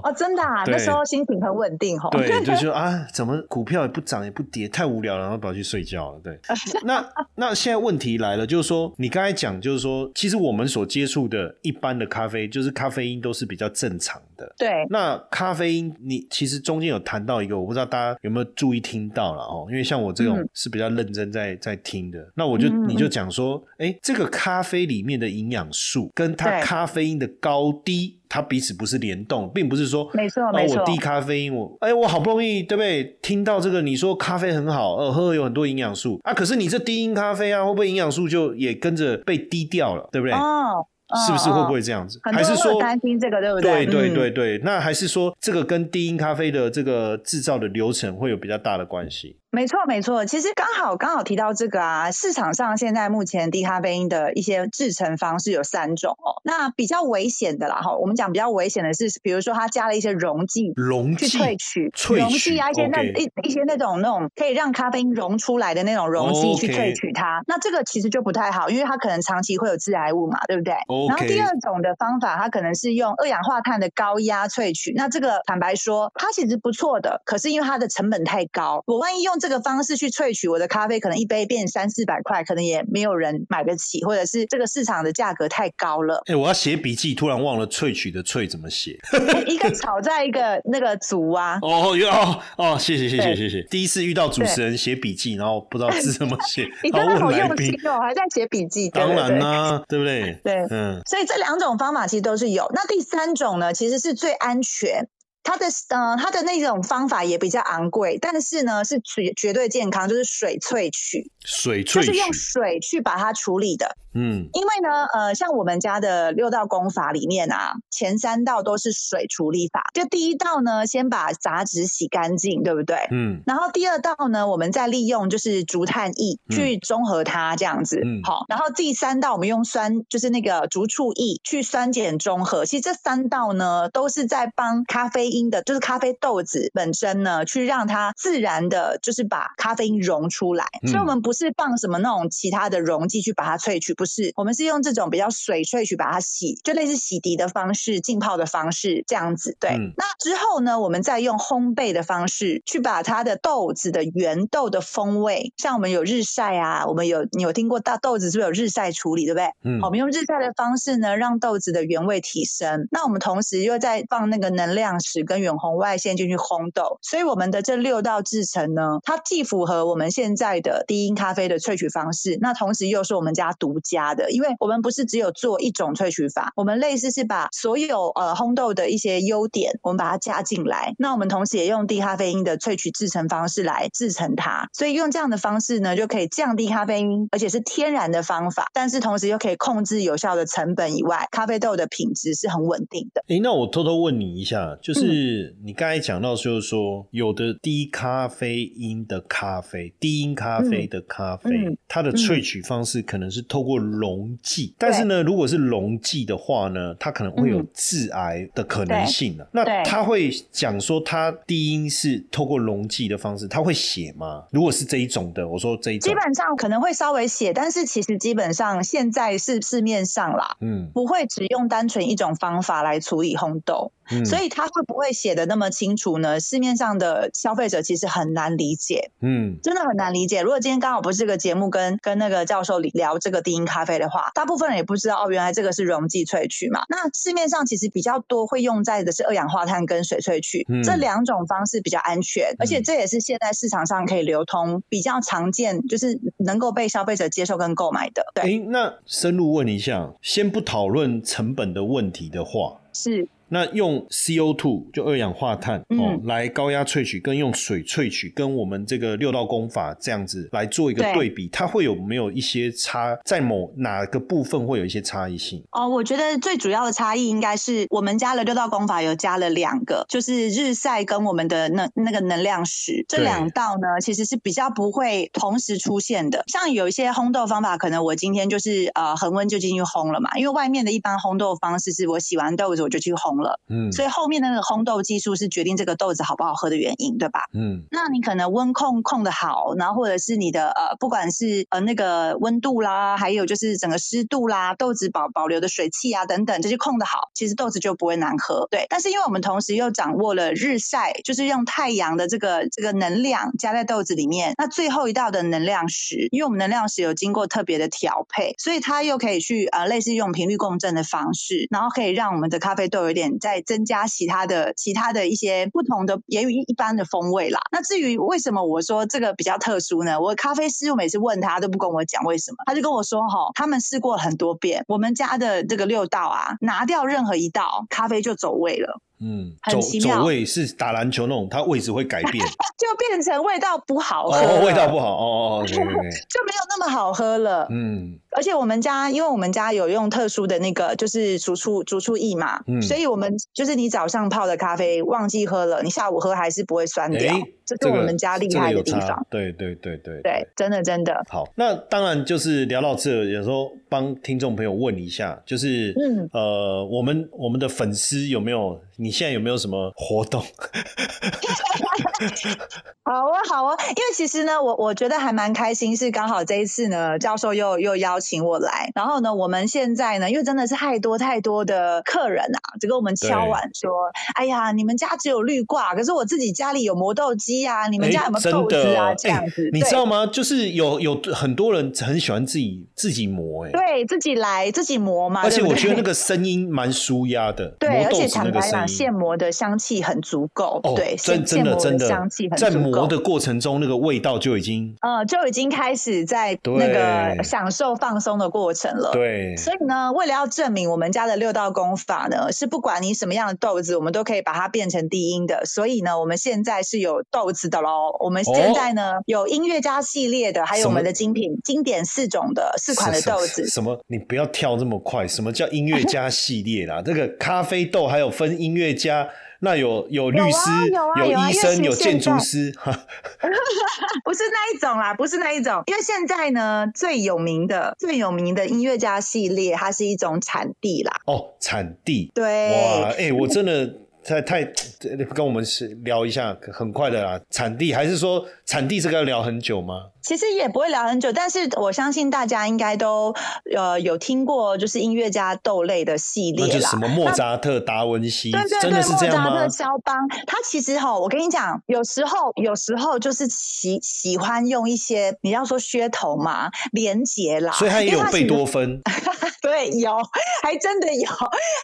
[SPEAKER 2] 哦，真的啊，
[SPEAKER 1] 对
[SPEAKER 2] 那时候心情很稳定哦”。
[SPEAKER 1] 对，就觉得啊，怎么股票也不涨也不跌，太无聊了，然后跑去睡觉了。对，
[SPEAKER 2] (laughs)
[SPEAKER 1] 那那现在问题来了，就是说你刚才讲，就是说，其实我们所接触的一般的咖啡，就是咖啡因都是比较正常的。
[SPEAKER 2] (laughs) 对
[SPEAKER 1] 那咖啡因，你其实中间有谈到一个，我不知道大家有没有注意听到了哦，因为像我这种
[SPEAKER 2] 嗯
[SPEAKER 1] 是比较认真在在听的，那我就
[SPEAKER 2] 嗯嗯
[SPEAKER 1] 你就讲说，哎，这个咖啡里面的营养素跟它
[SPEAKER 2] 对
[SPEAKER 1] 咖啡因的高低，它彼此不是联动，并不是说
[SPEAKER 2] 没错
[SPEAKER 1] 哦
[SPEAKER 2] 嗯没错
[SPEAKER 1] 我低咖啡因，我哎，我好不容易对不对？听到这个你说咖啡很好，呃，喝了有很多营养素啊，可是你这低因咖啡啊，会不会营养素就也跟着被低掉了，对不对？
[SPEAKER 2] 哦，
[SPEAKER 1] 是不是
[SPEAKER 2] 哦
[SPEAKER 1] 会
[SPEAKER 2] 哦
[SPEAKER 1] 不会这样子？
[SPEAKER 2] 很
[SPEAKER 1] 还
[SPEAKER 2] 多
[SPEAKER 1] 是
[SPEAKER 2] 人会
[SPEAKER 1] 说
[SPEAKER 2] 有担心这个，对不
[SPEAKER 1] 对
[SPEAKER 2] 对？
[SPEAKER 1] 对
[SPEAKER 2] 嗯
[SPEAKER 1] 对对，那还是说这个跟低因咖啡的这个制造的流程会有比较大的关系？
[SPEAKER 2] 没错，没错。其实刚好刚好提到这个啊，市场上现在目前低咖啡因的一些制成方式有三种哦。那比较危险的啦，哈，我们讲比较危险的是，比如说它加了一些溶剂。
[SPEAKER 1] 溶
[SPEAKER 2] 去
[SPEAKER 1] 剂
[SPEAKER 2] 萃取
[SPEAKER 1] 萃
[SPEAKER 2] 溶
[SPEAKER 1] 取
[SPEAKER 2] 剂啊，一些那
[SPEAKER 1] OK
[SPEAKER 2] 一一些那种那种可以让咖啡因溶出来的那种溶剂去
[SPEAKER 1] OK
[SPEAKER 2] 萃取它那这个其实就不太好，因为它可能长期会有致癌物嘛，对不对
[SPEAKER 1] OK
[SPEAKER 2] 然后第二种的方法，它可能是用二氧化碳的高压萃取，那这个坦白说，它其实不错的，可是因为它的成本太高，我万一用这个方式去萃取我的咖啡，可能一杯变三四百块，可能也没有人买得起，或者是这个市场的价格太高了。
[SPEAKER 1] 哎、我要写笔记，突然忘了萃取的萃怎么写。
[SPEAKER 2] 一
[SPEAKER 1] (laughs)
[SPEAKER 2] 个炒在一个那个族啊，
[SPEAKER 1] 哦哦哦，谢谢谢谢
[SPEAKER 2] 对
[SPEAKER 1] 谢谢。第一次遇到主持人写笔记，然后不知道字怎么写
[SPEAKER 2] (laughs) ，你
[SPEAKER 1] 然
[SPEAKER 2] 真
[SPEAKER 1] 后
[SPEAKER 2] 的好
[SPEAKER 1] 问来
[SPEAKER 2] 用
[SPEAKER 1] 宾
[SPEAKER 2] 心。哦，还在写笔记。对
[SPEAKER 1] 当
[SPEAKER 2] 对
[SPEAKER 1] 然
[SPEAKER 2] 对
[SPEAKER 1] 啦、对不对？
[SPEAKER 2] 对
[SPEAKER 1] 嗯，
[SPEAKER 2] 所以这两种方法其实都是有。那第三种呢，其实是最安全。它的呃，它的那种方法也比较昂贵，但是呢是绝绝对健康，就是水萃取，
[SPEAKER 1] 水萃
[SPEAKER 2] 就
[SPEAKER 1] 取，
[SPEAKER 2] 是用水去把它处理的。
[SPEAKER 1] 嗯
[SPEAKER 2] 因为呢，呃，像我们家的六道功法里面啊，前三道都是水处理法。就第一道呢，先把杂质洗干净，对不对？
[SPEAKER 1] 嗯
[SPEAKER 2] 然后第二道呢，我们再利用就是竹炭液
[SPEAKER 1] 嗯
[SPEAKER 2] 去中和它这样子，
[SPEAKER 1] 嗯
[SPEAKER 2] 好。然后第三道我们用酸，就是那个竹醋液去酸碱中和。其实这三道呢，都是在帮咖啡因的，就是咖啡豆子本身呢，去让它自然的，就是把咖啡因溶出来。
[SPEAKER 1] 嗯
[SPEAKER 2] 所以我们不是放什么那种其他的溶剂去把它萃取，不是，我们是用这种比较水萃取把它洗，就类似洗涤的方式、浸泡的方式这样子。对，
[SPEAKER 1] 嗯
[SPEAKER 2] 那之后呢，我们再用烘焙的方式去把它的豆子的原豆的风味，像我们有日晒啊，我们有你有听过大豆子是不是有日晒处理，对不对？
[SPEAKER 1] 嗯
[SPEAKER 2] 哦好我，们用日晒的方式呢，让豆子的原味提升。那我们同时又在放那个能量石跟远红外线进去烘豆，所以我们的这六道制成呢，它既符合我们现在的低因咖啡的萃取方式，那同时又是我们家独家的，因为我们不是只有做一种萃取法，我们类似是把所有呃烘豆的一些优点，我们把它加进来。那我们同时也用低咖啡因的萃取制成方式来制成它，所以用这样的方式呢，就可以降低咖啡因，而且是天然的方法，但是同时又可以控制有效的成本以外，咖啡豆的品质是很稳定的。
[SPEAKER 1] 诶，那我偷偷问你一下，
[SPEAKER 2] 嗯
[SPEAKER 1] 就是你刚才讲到，就是说有的低咖啡因的咖啡，低因咖啡的咖啡，
[SPEAKER 2] 嗯嗯
[SPEAKER 1] 它的萃取方式可能是透过溶剂，但是呢，如果是溶剂的话呢，它可能会有
[SPEAKER 2] 嗯
[SPEAKER 1] 致癌的可能性啊。
[SPEAKER 2] 对
[SPEAKER 1] 那他会讲说，它低因是透过溶剂的方式，他会写吗？如果是这一种的，我说这一种
[SPEAKER 2] 基，本上可能会稍微写，但是其实基本上现在是市面上啦，
[SPEAKER 1] 嗯
[SPEAKER 2] 不会只用单纯一种方法来处理烘豆。
[SPEAKER 1] 嗯，
[SPEAKER 2] 所
[SPEAKER 1] 以
[SPEAKER 2] 以它会不会写的那么清楚呢？市面上的消费者其实很难理解，
[SPEAKER 1] 嗯
[SPEAKER 2] 真的很难理解。如果今天刚好不是这个节目跟跟那个教授聊这个低因咖啡的话，大部分人也不知道哦，原来这个是溶剂萃取嘛。那市面上其实比较多会用在的是哦二氧化碳跟水萃取、
[SPEAKER 1] 嗯
[SPEAKER 2] 这两种方式比较安全，而且这也是现在市场上可以流通、比较常见，就是能够被消费者接受跟购买的。对，
[SPEAKER 1] 诶，那深入问一下，先不讨论成本的问题的话，
[SPEAKER 2] 是。
[SPEAKER 1] 那用 CO2 就二氧化碳、哦
[SPEAKER 2] 嗯
[SPEAKER 1] 来高压萃取，跟用水萃取，跟我们这个六道工法这样子来做一个
[SPEAKER 2] 对
[SPEAKER 1] 对比，它会有没有一些差？在某哪个部分会有一些差异性？
[SPEAKER 2] 哦，我觉得最主要的差异应该是我们加了六道功法，有加了两个，就是日晒跟我们的那那个能量石这
[SPEAKER 1] 对
[SPEAKER 2] 两道呢，其实是比较不会同时出现的。像有一些烘豆方法，可能我今天就是呃恒温就进去烘了嘛，因为外面的一般烘豆方式是我洗完豆子我就去烘了，
[SPEAKER 1] 嗯
[SPEAKER 2] 所以后面的那个烘豆技术是决定这个豆子好不好喝的原因，对吧？
[SPEAKER 1] 嗯
[SPEAKER 2] 那你可能温控控的好，然后或者是你的呃，不管是呃那个温度啦，还有就是整个湿度啦，豆子保保留的水汽啊等等，这些控的好，其实豆子就不会难喝。对，但是因为我们同时又掌握了日晒，就是用太阳的这个这个能量加在豆子里面，那最后一道的能量石，因为我们能量石有经过特别的调配，所以它又可以去呃类似用频率共振的方式，然后可以让我们的咖啡豆有点再增加其他的其他的一些不同的，也有一一般的风味啦。那至于为什么我说这个比较特殊呢？我咖啡师我每次问他都不跟我讲为什么，他就跟我说哈、他们试过很多遍，我们家的这个六道啊，拿掉任何一道，咖啡就走味了。 (laughs)
[SPEAKER 1] 嗯，
[SPEAKER 2] 很
[SPEAKER 1] 走
[SPEAKER 2] 奇妙
[SPEAKER 1] 走位是打篮球那种，它位置会改
[SPEAKER 2] (laughs)
[SPEAKER 1] 变
[SPEAKER 2] 就变成味道不好喝了
[SPEAKER 1] 哦，味道不好哦哦，对对
[SPEAKER 2] (laughs)
[SPEAKER 1] 对，
[SPEAKER 2] 就没有那么好喝了。
[SPEAKER 1] 嗯
[SPEAKER 2] 而且我们家，因为我们家有用特殊的那个，就是煮出煮出液嘛，
[SPEAKER 1] 嗯
[SPEAKER 2] 所以我们就是你早上泡的咖啡忘记喝了，你下午喝还是不会酸掉，
[SPEAKER 1] 诶
[SPEAKER 2] 这
[SPEAKER 1] 这
[SPEAKER 2] 是
[SPEAKER 1] 个
[SPEAKER 2] 我们家厉害的地
[SPEAKER 1] 这个有差
[SPEAKER 2] 方。
[SPEAKER 1] 对对对对
[SPEAKER 2] 对，真的真的，
[SPEAKER 1] 好，那当然就是聊到这，有时候帮听众朋友问一下，就是
[SPEAKER 2] 嗯
[SPEAKER 1] 呃，我们我们的粉丝有没有？你现在有没有什么活动？
[SPEAKER 2] 好啊好啊，因为其实呢，我我觉得还蛮开心，是刚好这一次呢，教授又又邀请我来，然后呢，我们现在呢，因为真的是太多太多的客人啊，就跟我们敲
[SPEAKER 1] 对
[SPEAKER 2] 碗说，哎呀，你们家只有绿挂，可是我自己家里有磨豆机啊，你们家有没有
[SPEAKER 1] 诶
[SPEAKER 2] 豆
[SPEAKER 1] 真
[SPEAKER 2] 子
[SPEAKER 1] 的哦
[SPEAKER 2] 啊？这样
[SPEAKER 1] 诶
[SPEAKER 2] 子，
[SPEAKER 1] 你
[SPEAKER 2] 对
[SPEAKER 1] 知道吗？就是有有很多人很喜欢自己自己磨、诶
[SPEAKER 2] 对自己来自己磨嘛，
[SPEAKER 1] 而且
[SPEAKER 2] 对不
[SPEAKER 1] 我觉得
[SPEAKER 2] 对
[SPEAKER 1] 那个声音蛮舒压的，
[SPEAKER 2] (laughs) 对，
[SPEAKER 1] 磨
[SPEAKER 2] 而
[SPEAKER 1] 豆
[SPEAKER 2] 且
[SPEAKER 1] 子
[SPEAKER 2] 坦
[SPEAKER 1] 那个
[SPEAKER 2] 白讲，
[SPEAKER 1] 声音
[SPEAKER 2] 现。磨的香气很足够，
[SPEAKER 1] 哦，
[SPEAKER 2] 对，
[SPEAKER 1] 真
[SPEAKER 2] 现
[SPEAKER 1] 真
[SPEAKER 2] 现
[SPEAKER 1] 的
[SPEAKER 2] 磨
[SPEAKER 1] 真的
[SPEAKER 2] 香气很
[SPEAKER 1] 在
[SPEAKER 2] 足
[SPEAKER 1] 磨
[SPEAKER 2] 够。
[SPEAKER 1] 的过程中，那个味道就已经
[SPEAKER 2] 呃，就已经开始在那
[SPEAKER 1] 对
[SPEAKER 2] 个享受放松的过程了。
[SPEAKER 1] 对
[SPEAKER 2] 所以呢，为了要证明我们家的六道功法呢，是不管你什么样的豆子，我们都可以把它变成低音的。所以呢，我们现在是有豆子的喽。我们现在呢、有音乐家系列的，还
[SPEAKER 1] 哦
[SPEAKER 2] 有
[SPEAKER 1] 什
[SPEAKER 2] 我
[SPEAKER 1] 么
[SPEAKER 2] 们的精品经典四种的四款的
[SPEAKER 1] 什么
[SPEAKER 2] 豆子。
[SPEAKER 1] 什么？你不要跳这么快。什么叫音乐家系列啦？ (laughs) 这个咖啡豆还有分音乐家，那有有律师、
[SPEAKER 2] 有啊有啊有啊
[SPEAKER 1] 医
[SPEAKER 2] 因为
[SPEAKER 1] 生、
[SPEAKER 2] 是
[SPEAKER 1] 有建
[SPEAKER 2] 现
[SPEAKER 1] 筑
[SPEAKER 2] 在
[SPEAKER 1] 师， (laughs) 哈，
[SPEAKER 2] 不是那一种啦，不是那一种，因为现在呢最有名的最有名的音乐家系列，它是一种产地啦。
[SPEAKER 1] 哦，产地。哇，
[SPEAKER 2] 对，
[SPEAKER 1] 哎、我真的太太跟我们是聊一下，很快的啦。产地还是说产地这个要聊很久吗？
[SPEAKER 2] 其实也不会聊很久，但是我相信大家应该都呃有听过，就是音乐家豆类的系
[SPEAKER 1] 那
[SPEAKER 2] 列
[SPEAKER 1] 就什
[SPEAKER 2] 啦。
[SPEAKER 1] 么莫扎特、达文西，
[SPEAKER 2] 对对对，
[SPEAKER 1] 真的是
[SPEAKER 2] 莫
[SPEAKER 1] 这样
[SPEAKER 2] 扎
[SPEAKER 1] 吗
[SPEAKER 2] 特、？肖邦，他其实哈，我跟你讲，有时候有时候就是喜喜欢用一些你要说噱头嘛，连结啦，
[SPEAKER 1] 所以他也
[SPEAKER 2] 因为
[SPEAKER 1] 有
[SPEAKER 2] 其
[SPEAKER 1] 贝
[SPEAKER 2] 实
[SPEAKER 1] 多
[SPEAKER 2] (laughs)
[SPEAKER 1] 芬。
[SPEAKER 2] 对，有，还真的有，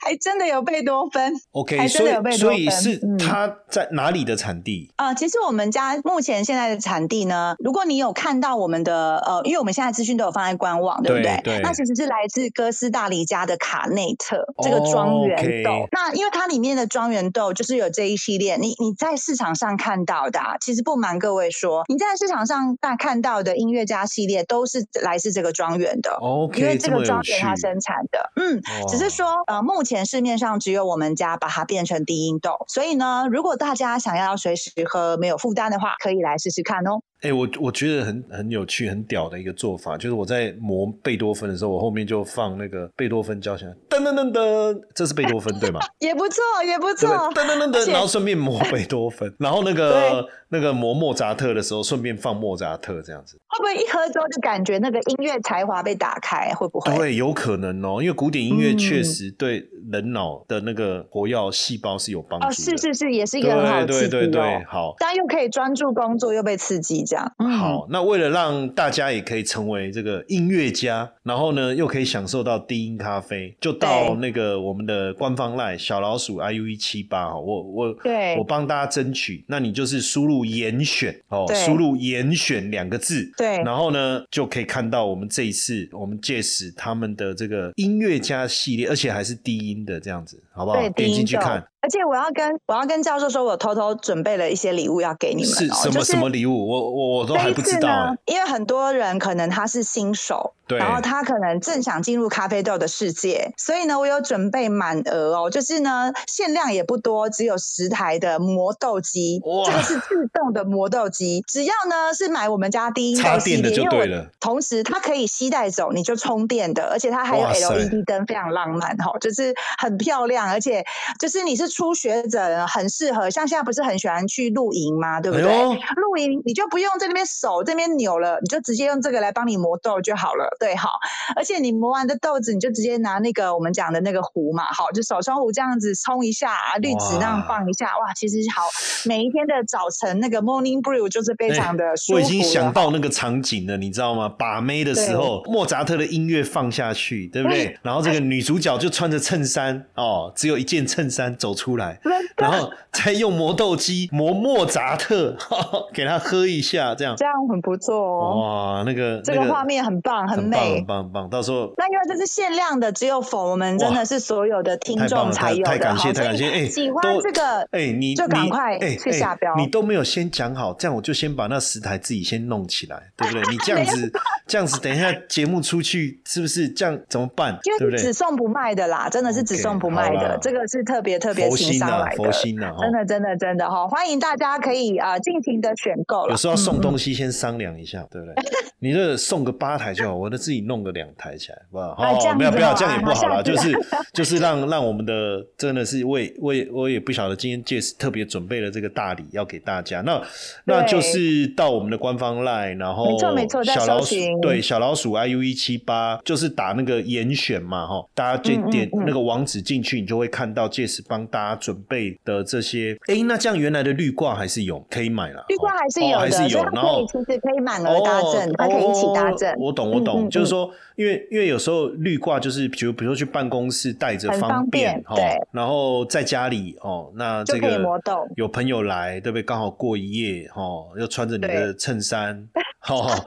[SPEAKER 2] 还真的有贝多芬。
[SPEAKER 1] OK，
[SPEAKER 2] 还真
[SPEAKER 1] 所
[SPEAKER 2] 的有贝
[SPEAKER 1] 以
[SPEAKER 2] 多
[SPEAKER 1] 所以
[SPEAKER 2] 芬
[SPEAKER 1] 是
[SPEAKER 2] 嗯
[SPEAKER 1] 他在哪里的产地？
[SPEAKER 2] 呃，其实我们家目前现在的产地呢，如果你有看到我们的呃，因为我们现在资讯都有放在官网，对不
[SPEAKER 1] 对
[SPEAKER 2] 对？
[SPEAKER 1] 对
[SPEAKER 2] 那其实是来自哥斯达黎加的卡内特这个庄园豆。
[SPEAKER 1] 哦，OK
[SPEAKER 2] 那因为它里面的庄园豆就是有这一系列，你你在市场上看到的、啊，其实不瞒各位说，你在市场上大看到的音乐家系列都是来自这个庄园的。
[SPEAKER 1] 哦 OK，
[SPEAKER 2] 因为
[SPEAKER 1] 这
[SPEAKER 2] 这
[SPEAKER 1] 么
[SPEAKER 2] 个
[SPEAKER 1] 有
[SPEAKER 2] 庄
[SPEAKER 1] 趣
[SPEAKER 2] 园，它生产的，嗯，
[SPEAKER 1] 哦
[SPEAKER 2] 只是说，呃，目前市面上只有我们家把它变成低音豆，所以呢，如果大家想要随时喝没有负担的话，可以来试试看哦。
[SPEAKER 1] 哎、我我觉得很很有趣、很屌的一个做法，就是我在磨贝多芬的时候，我后面就放那个贝多芬交响，噔噔噔噔，这是贝多芬对吗？
[SPEAKER 2] 也不错，也不
[SPEAKER 1] 对不
[SPEAKER 2] (laughs) 错。
[SPEAKER 1] 对，噔噔噔
[SPEAKER 2] 而
[SPEAKER 1] 噔，
[SPEAKER 2] 且
[SPEAKER 1] 然后顺便磨贝多芬，然后那个
[SPEAKER 2] 对
[SPEAKER 1] 那个磨莫扎特的时候，顺便放莫扎特这样子。
[SPEAKER 2] 会不会一喝之后就感觉那个音乐才华被打开？会不会？
[SPEAKER 1] 对，有可能哦，因为古典音乐
[SPEAKER 2] 嗯
[SPEAKER 1] 确实对人脑的那个活跃细胞是有帮助的。
[SPEAKER 2] 哦，是是是，也是一
[SPEAKER 1] 对
[SPEAKER 2] 个很好的
[SPEAKER 1] 对
[SPEAKER 2] 刺激
[SPEAKER 1] 对对，
[SPEAKER 2] 哦。
[SPEAKER 1] 好。
[SPEAKER 2] 但又可以专注工作，又被刺激，这样。嗯，
[SPEAKER 1] 好，那为了让大家也可以成为这个音乐家，然后呢又可以享受到低音咖啡，就到
[SPEAKER 2] 对
[SPEAKER 1] 那个我们的官方 line 小老鼠 iu 一七八哈，我我
[SPEAKER 2] 对
[SPEAKER 1] 我帮大家争取，那你就是输入严选哦，
[SPEAKER 2] 对
[SPEAKER 1] 输入严选两个字，
[SPEAKER 2] 对
[SPEAKER 1] 然后呢就可以看到我们这一次我们届时他们的这个音乐家系列，而且还是低音钉的这样子，好不好？
[SPEAKER 2] 对，
[SPEAKER 1] 点
[SPEAKER 2] 第一
[SPEAKER 1] 进去
[SPEAKER 2] 种
[SPEAKER 1] 看
[SPEAKER 2] 而且我要跟我要跟教授说，我偷偷准备了一些礼物要给你们、哦，
[SPEAKER 1] 是什
[SPEAKER 2] 就
[SPEAKER 1] 么
[SPEAKER 2] 是
[SPEAKER 1] 什么礼物，我我我都还
[SPEAKER 2] 这一
[SPEAKER 1] 不知
[SPEAKER 2] 次
[SPEAKER 1] 道
[SPEAKER 2] 呢
[SPEAKER 1] 哎，，
[SPEAKER 2] 因为很多人可能他是新手，
[SPEAKER 1] 对
[SPEAKER 2] 然后他可能正想进入咖啡豆的世界，所以呢，我有准备满额哦，就是呢限量也不多，只有十台的磨豆机
[SPEAKER 1] 哇，
[SPEAKER 2] 这个是自动的磨豆机，只要呢是买我们家低音
[SPEAKER 1] 插
[SPEAKER 2] 豆系
[SPEAKER 1] 电的
[SPEAKER 2] 列，
[SPEAKER 1] 就
[SPEAKER 2] 因
[SPEAKER 1] 对
[SPEAKER 2] 为我
[SPEAKER 1] 了。
[SPEAKER 2] 同时它可以吸带走，你就充电的，而且它还有
[SPEAKER 1] 哇塞
[SPEAKER 2] LED 灯，非常浪漫哦，就是很漂亮，而且就是你是初学者，很适合，像现在不是很喜欢去露营吗？对不
[SPEAKER 1] 哎
[SPEAKER 2] 对？
[SPEAKER 1] 呦，
[SPEAKER 2] 露营你就不用在那边手这边扭了，你就直接用这个来帮你磨豆就好了。对，好，而且你磨完的豆子，你就直接拿那个我们讲的那个壶嘛，好，就手冲壶这样子冲一下，啊滤纸那样放一下，哇，其实好，每一天的早晨那个 morning brew 就是非常的舒服、
[SPEAKER 1] 哎我
[SPEAKER 2] 了。
[SPEAKER 1] 已经想到那个场景了，你知道吗？把妹的时候，莫扎特的音乐放下去，对不
[SPEAKER 2] 哎
[SPEAKER 1] 对？然后这个女主角就穿着衬衫哦，只有一件衬衫走出来，
[SPEAKER 2] 真的
[SPEAKER 1] 然后再用磨豆机磨莫扎特， (laughs) 哈哈给他喝一下，这样
[SPEAKER 2] 这样很不错哦，
[SPEAKER 1] 哇，那个
[SPEAKER 2] 这
[SPEAKER 1] 那
[SPEAKER 2] 个
[SPEAKER 1] 个
[SPEAKER 2] 画面很棒，
[SPEAKER 1] 很棒，
[SPEAKER 2] 美
[SPEAKER 1] 很。棒，很棒！到时候
[SPEAKER 2] 那因为这是限量的，只有否我们真
[SPEAKER 1] 哇
[SPEAKER 2] 的是所有的听
[SPEAKER 1] 太棒
[SPEAKER 2] 众
[SPEAKER 1] 了，
[SPEAKER 2] 才
[SPEAKER 1] 太
[SPEAKER 2] 有
[SPEAKER 1] 太
[SPEAKER 2] 的，
[SPEAKER 1] 感谢，
[SPEAKER 2] 好，
[SPEAKER 1] 太
[SPEAKER 2] 所
[SPEAKER 1] 感谢！
[SPEAKER 2] 以
[SPEAKER 1] 哎，
[SPEAKER 2] 喜欢
[SPEAKER 1] 都
[SPEAKER 2] 这个
[SPEAKER 1] 哎，你
[SPEAKER 2] 就
[SPEAKER 1] 你
[SPEAKER 2] 赶快
[SPEAKER 1] 哎
[SPEAKER 2] 去
[SPEAKER 1] 哎
[SPEAKER 2] 下标
[SPEAKER 1] 你都没有先讲好，这样我就先把那十台自己先弄起来，对不对？你这
[SPEAKER 2] (laughs)
[SPEAKER 1] 样子，这样子，等一下节目出去是不是这样？怎么办？
[SPEAKER 2] 因
[SPEAKER 1] 对不
[SPEAKER 2] 为是只
[SPEAKER 1] 对？
[SPEAKER 2] 送不卖的啦，真的是只
[SPEAKER 1] OK，
[SPEAKER 2] 送不卖
[SPEAKER 1] 好啦
[SPEAKER 2] 的，这个是特别特别
[SPEAKER 1] 佛
[SPEAKER 2] 情
[SPEAKER 1] 心
[SPEAKER 2] 商
[SPEAKER 1] 呐
[SPEAKER 2] 来，
[SPEAKER 1] 佛
[SPEAKER 2] 的。
[SPEAKER 1] 心啊呐，哈
[SPEAKER 2] 真！的，真的，真的哈、欢迎大家可以啊、呃尽情的选购嗯了
[SPEAKER 1] 有。时候要送哦东西先商量一下，对不
[SPEAKER 2] (laughs)
[SPEAKER 1] 对？你这送个八台就好，我的自己弄个两台起来，好不好？
[SPEAKER 2] 啊这
[SPEAKER 1] 哦，
[SPEAKER 2] 样子
[SPEAKER 1] 没有不要，
[SPEAKER 2] 哦
[SPEAKER 1] 这样也不好啦，
[SPEAKER 2] 啊 (laughs)
[SPEAKER 1] 就
[SPEAKER 2] 下
[SPEAKER 1] 是
[SPEAKER 2] 次
[SPEAKER 1] (laughs) 就是让让我们的真的是为为我也不晓得今天借特别准备了这个大礼要给大家，那那
[SPEAKER 2] 对
[SPEAKER 1] 就是到我们的官方 line，然后
[SPEAKER 2] 没错没错在
[SPEAKER 1] 小老
[SPEAKER 2] 搜
[SPEAKER 1] 鼠
[SPEAKER 2] 寻
[SPEAKER 1] 对小老鼠 iu 一七八就是打那个严选嘛哈，大家就
[SPEAKER 2] 嗯嗯
[SPEAKER 1] 点
[SPEAKER 2] 嗯
[SPEAKER 1] 那个网址进去，你就会看到借此帮大家准备的这些。诶，那这样原来的绿挂还是有可以买了，
[SPEAKER 2] 绿光
[SPEAKER 1] 哦
[SPEAKER 2] 还是
[SPEAKER 1] 哦
[SPEAKER 2] 有的，
[SPEAKER 1] 还是有
[SPEAKER 2] 所以，它
[SPEAKER 1] 然
[SPEAKER 2] 可
[SPEAKER 1] 后
[SPEAKER 2] 以其实可以满
[SPEAKER 1] 哦
[SPEAKER 2] 额搭赠，它可以一起搭赠
[SPEAKER 1] 哦，我懂，我懂，
[SPEAKER 2] 嗯嗯
[SPEAKER 1] 就是说，因为因为有时候绿挂就是，比如比如说去办公室带着
[SPEAKER 2] 很方
[SPEAKER 1] 便
[SPEAKER 2] 便
[SPEAKER 1] 哈
[SPEAKER 2] 对，
[SPEAKER 1] 然后在家里哦，那
[SPEAKER 2] 就
[SPEAKER 1] 这
[SPEAKER 2] 可以
[SPEAKER 1] 个
[SPEAKER 2] 磨豆
[SPEAKER 1] 有朋友来，对不对？刚好过一夜哦，又穿着你的
[SPEAKER 2] 对
[SPEAKER 1] 衬衫，哦，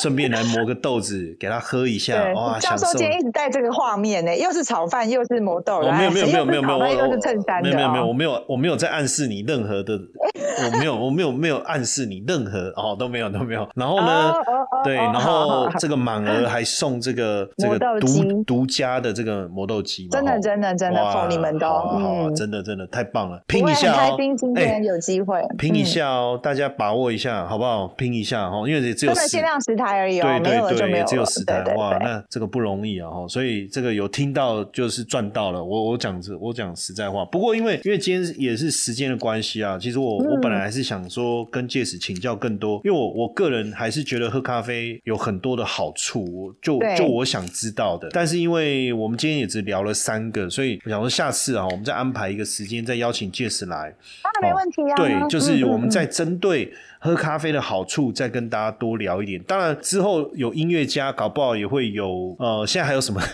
[SPEAKER 1] 顺便来磨个豆子给他喝一下，哇，
[SPEAKER 2] 对，教
[SPEAKER 1] 享
[SPEAKER 2] 授
[SPEAKER 1] 受
[SPEAKER 2] 今。天一直带这个画面呢、又是炒饭，又是磨豆
[SPEAKER 1] 我
[SPEAKER 2] 的，
[SPEAKER 1] 哦没有
[SPEAKER 2] 哎
[SPEAKER 1] 没有没有没有没有，
[SPEAKER 2] 又
[SPEAKER 1] 我
[SPEAKER 2] 是炒饭又
[SPEAKER 1] 我
[SPEAKER 2] 是衬衫
[SPEAKER 1] 没
[SPEAKER 2] 的、
[SPEAKER 1] 有
[SPEAKER 2] 哦，
[SPEAKER 1] 没有没有，我没有我没有在暗示你任何的，我没有我没有没有暗示你任何哦都没有都没有。然后呢
[SPEAKER 2] 哦，哦哦
[SPEAKER 1] 对，
[SPEAKER 2] 哦
[SPEAKER 1] 然
[SPEAKER 2] 好好
[SPEAKER 1] 后
[SPEAKER 2] 好
[SPEAKER 1] 这个满额还送这
[SPEAKER 2] (laughs)
[SPEAKER 1] 个这个
[SPEAKER 2] 磨豆
[SPEAKER 1] 独
[SPEAKER 2] 机
[SPEAKER 1] 独家的这个磨豆机嘛，
[SPEAKER 2] 真的
[SPEAKER 1] 哦
[SPEAKER 2] 真的真的
[SPEAKER 1] 哇
[SPEAKER 2] 奉你们的
[SPEAKER 1] 好
[SPEAKER 2] 哦
[SPEAKER 1] 啊好啊
[SPEAKER 2] 嗯
[SPEAKER 1] 真的真的太棒了，
[SPEAKER 2] 我
[SPEAKER 1] 拼一
[SPEAKER 2] 也
[SPEAKER 1] 下
[SPEAKER 2] 很
[SPEAKER 1] 哦
[SPEAKER 2] 开，心今
[SPEAKER 1] 哎
[SPEAKER 2] 天有机会、
[SPEAKER 1] 拼一
[SPEAKER 2] 嗯。
[SPEAKER 1] 下哦，大家把握一下好不好？拼一下哦，因为也只有
[SPEAKER 2] 真的
[SPEAKER 1] 十
[SPEAKER 2] 限量十台而已哦，
[SPEAKER 1] 对
[SPEAKER 2] 没有
[SPEAKER 1] 对
[SPEAKER 2] 了就
[SPEAKER 1] 对，
[SPEAKER 2] 没
[SPEAKER 1] 也
[SPEAKER 2] 有了。
[SPEAKER 1] 只有十台
[SPEAKER 2] 对对
[SPEAKER 1] 哇，
[SPEAKER 2] 对
[SPEAKER 1] 那这个不容易啊哈，所以这个有听到就是赚到了。我我讲我讲实在话，不过因为因为今天也是时间的关系啊，其实我、我
[SPEAKER 2] 嗯
[SPEAKER 1] 本来还是想说跟介石请教更多，因为我我个人还是觉得喝咖啡有很多的好处，我就
[SPEAKER 2] 对
[SPEAKER 1] 就我想知道的。但是因为我们今天也只聊了三个，所以我想说下次啊，我们再安排一个时间再邀请介石来。
[SPEAKER 2] 当然没问题啊。
[SPEAKER 1] 对，就是
[SPEAKER 2] 嗯
[SPEAKER 1] 我们
[SPEAKER 2] 嗯
[SPEAKER 1] 在针对喝咖啡的好处，再跟大家多聊一点。当然之后有音乐家，搞不好也会有呃，现在还有什么？ (laughs)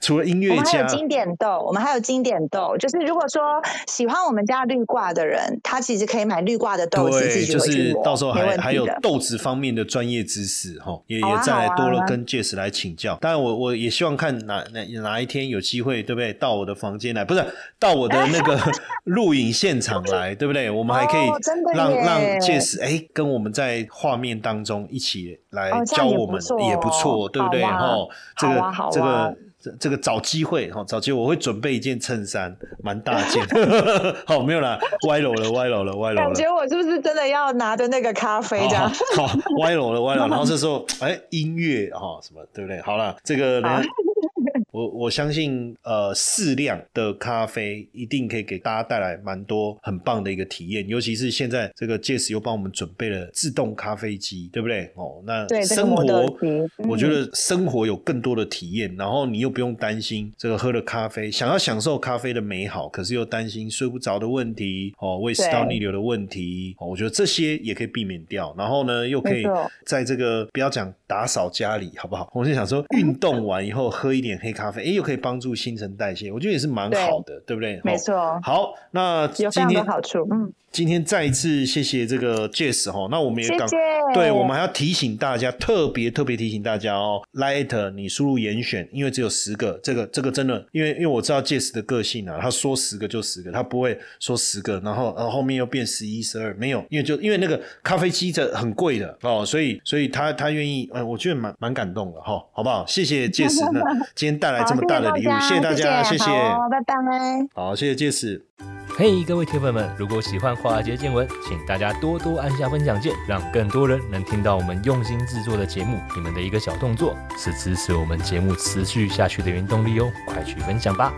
[SPEAKER 1] 除了音
[SPEAKER 2] 我
[SPEAKER 1] 乐
[SPEAKER 2] 们还
[SPEAKER 1] 家
[SPEAKER 2] 有，经典豆，我们还有经典豆，就是如果说喜欢我们家绿挂的人，他其实可以买绿挂的豆子自
[SPEAKER 1] 对，
[SPEAKER 2] 己
[SPEAKER 1] 就
[SPEAKER 2] 回去
[SPEAKER 1] 是
[SPEAKER 2] 磨，
[SPEAKER 1] 到时候
[SPEAKER 2] 没
[SPEAKER 1] 还
[SPEAKER 2] 问题
[SPEAKER 1] 还有
[SPEAKER 2] 的
[SPEAKER 1] 豆子方面的专业知识哈，吼也
[SPEAKER 2] 好
[SPEAKER 1] 也
[SPEAKER 2] 啊
[SPEAKER 1] 再来
[SPEAKER 2] 好啊
[SPEAKER 1] 多了
[SPEAKER 2] 好啊
[SPEAKER 1] 跟 Jess 来请教。当然我我也希望看哪哪哪一天有机会，对不对？到我的房间来，不是到我的那个 (laughs) 录影现场来，对不对？我们还可以
[SPEAKER 2] 哦真的
[SPEAKER 1] 让
[SPEAKER 2] 耶
[SPEAKER 1] 让 Jess 哎跟我们在画面当中一起来
[SPEAKER 2] 哦这
[SPEAKER 1] 教
[SPEAKER 2] 样也
[SPEAKER 1] 我
[SPEAKER 2] 不
[SPEAKER 1] 们，
[SPEAKER 2] 错
[SPEAKER 1] 也不
[SPEAKER 2] 哦
[SPEAKER 1] 错，对不对？
[SPEAKER 2] 好啊
[SPEAKER 1] 哈，这个
[SPEAKER 2] 好啊好啊
[SPEAKER 1] 这个。这这个找机会哈，找机会我会准备一件衬衫，蛮大件。 (laughs) 好，没有啦，歪楼了，歪楼了，歪楼了
[SPEAKER 2] 感。觉我是不是真的要拿着那个咖啡这样？
[SPEAKER 1] 好好歪楼了歪楼了，然后这时
[SPEAKER 2] (laughs)
[SPEAKER 1] 候哎音乐哈、什么对不对？好了，这个呢
[SPEAKER 2] 好，
[SPEAKER 1] (laughs) 我我相信呃适量的咖啡一定可以给大家带来蛮多很棒的一个体验，尤其是现在这个 Jess 又帮我们准备了自动咖啡机，对不对？哦，那
[SPEAKER 2] 对这个
[SPEAKER 1] 生活
[SPEAKER 2] 磨豆机嗯
[SPEAKER 1] 我觉得生活有更多的体验，然后你又不用担心这个喝了咖啡想要享受咖啡的美好，可是又担心睡不着的问题哦，胃食道
[SPEAKER 2] 对
[SPEAKER 1] 逆流的问题哦，我觉得这些也可以避免掉。然后呢，又可以
[SPEAKER 2] 没错 (laughs)
[SPEAKER 1] 在这个不要讲打扫家里好不好？我就想说，运动完以后喝一点黑咖啡，哎，又可以帮助新陈代谢，我觉得也是蛮
[SPEAKER 2] 对
[SPEAKER 1] 好的，对不对？
[SPEAKER 2] 没
[SPEAKER 1] 哦
[SPEAKER 2] 错
[SPEAKER 1] 好，那今
[SPEAKER 2] 有非常多
[SPEAKER 1] 天
[SPEAKER 2] 好处。嗯，
[SPEAKER 1] 今天再一次谢谢这个 Jess 哈，那我们也
[SPEAKER 2] 谢
[SPEAKER 1] 赶
[SPEAKER 2] 谢。
[SPEAKER 1] 对，我们还要提醒大家，特别特别提醒大家哦，Light，你输入严选，因为只有十个，这个这个真的，因为因为我知道 Jess 的个性啊，他说十个就十个，他不会说十个，然后然后后面又变十一、十二，没有，因为就因为那个咖啡机的很贵的哦，所以所以他他愿意，哎，我觉得蛮蛮感动的哈、好不好？谢谢 Jess 呢，今天带来
[SPEAKER 2] 好
[SPEAKER 1] 这么大的礼物，谢
[SPEAKER 2] 谢
[SPEAKER 1] 大家，谢
[SPEAKER 2] 谢
[SPEAKER 1] 谢，
[SPEAKER 2] 好哦拜拜。
[SPEAKER 1] 好，谢谢 Jess。
[SPEAKER 3] 嘿各位铁粉们，如果喜欢华尔街见闻，请大家多多按下分享键，让更多人能听到我们用心制作的节目。你们的一个小动作，是支持我们节目持续下去的原动力哦，快去分享吧！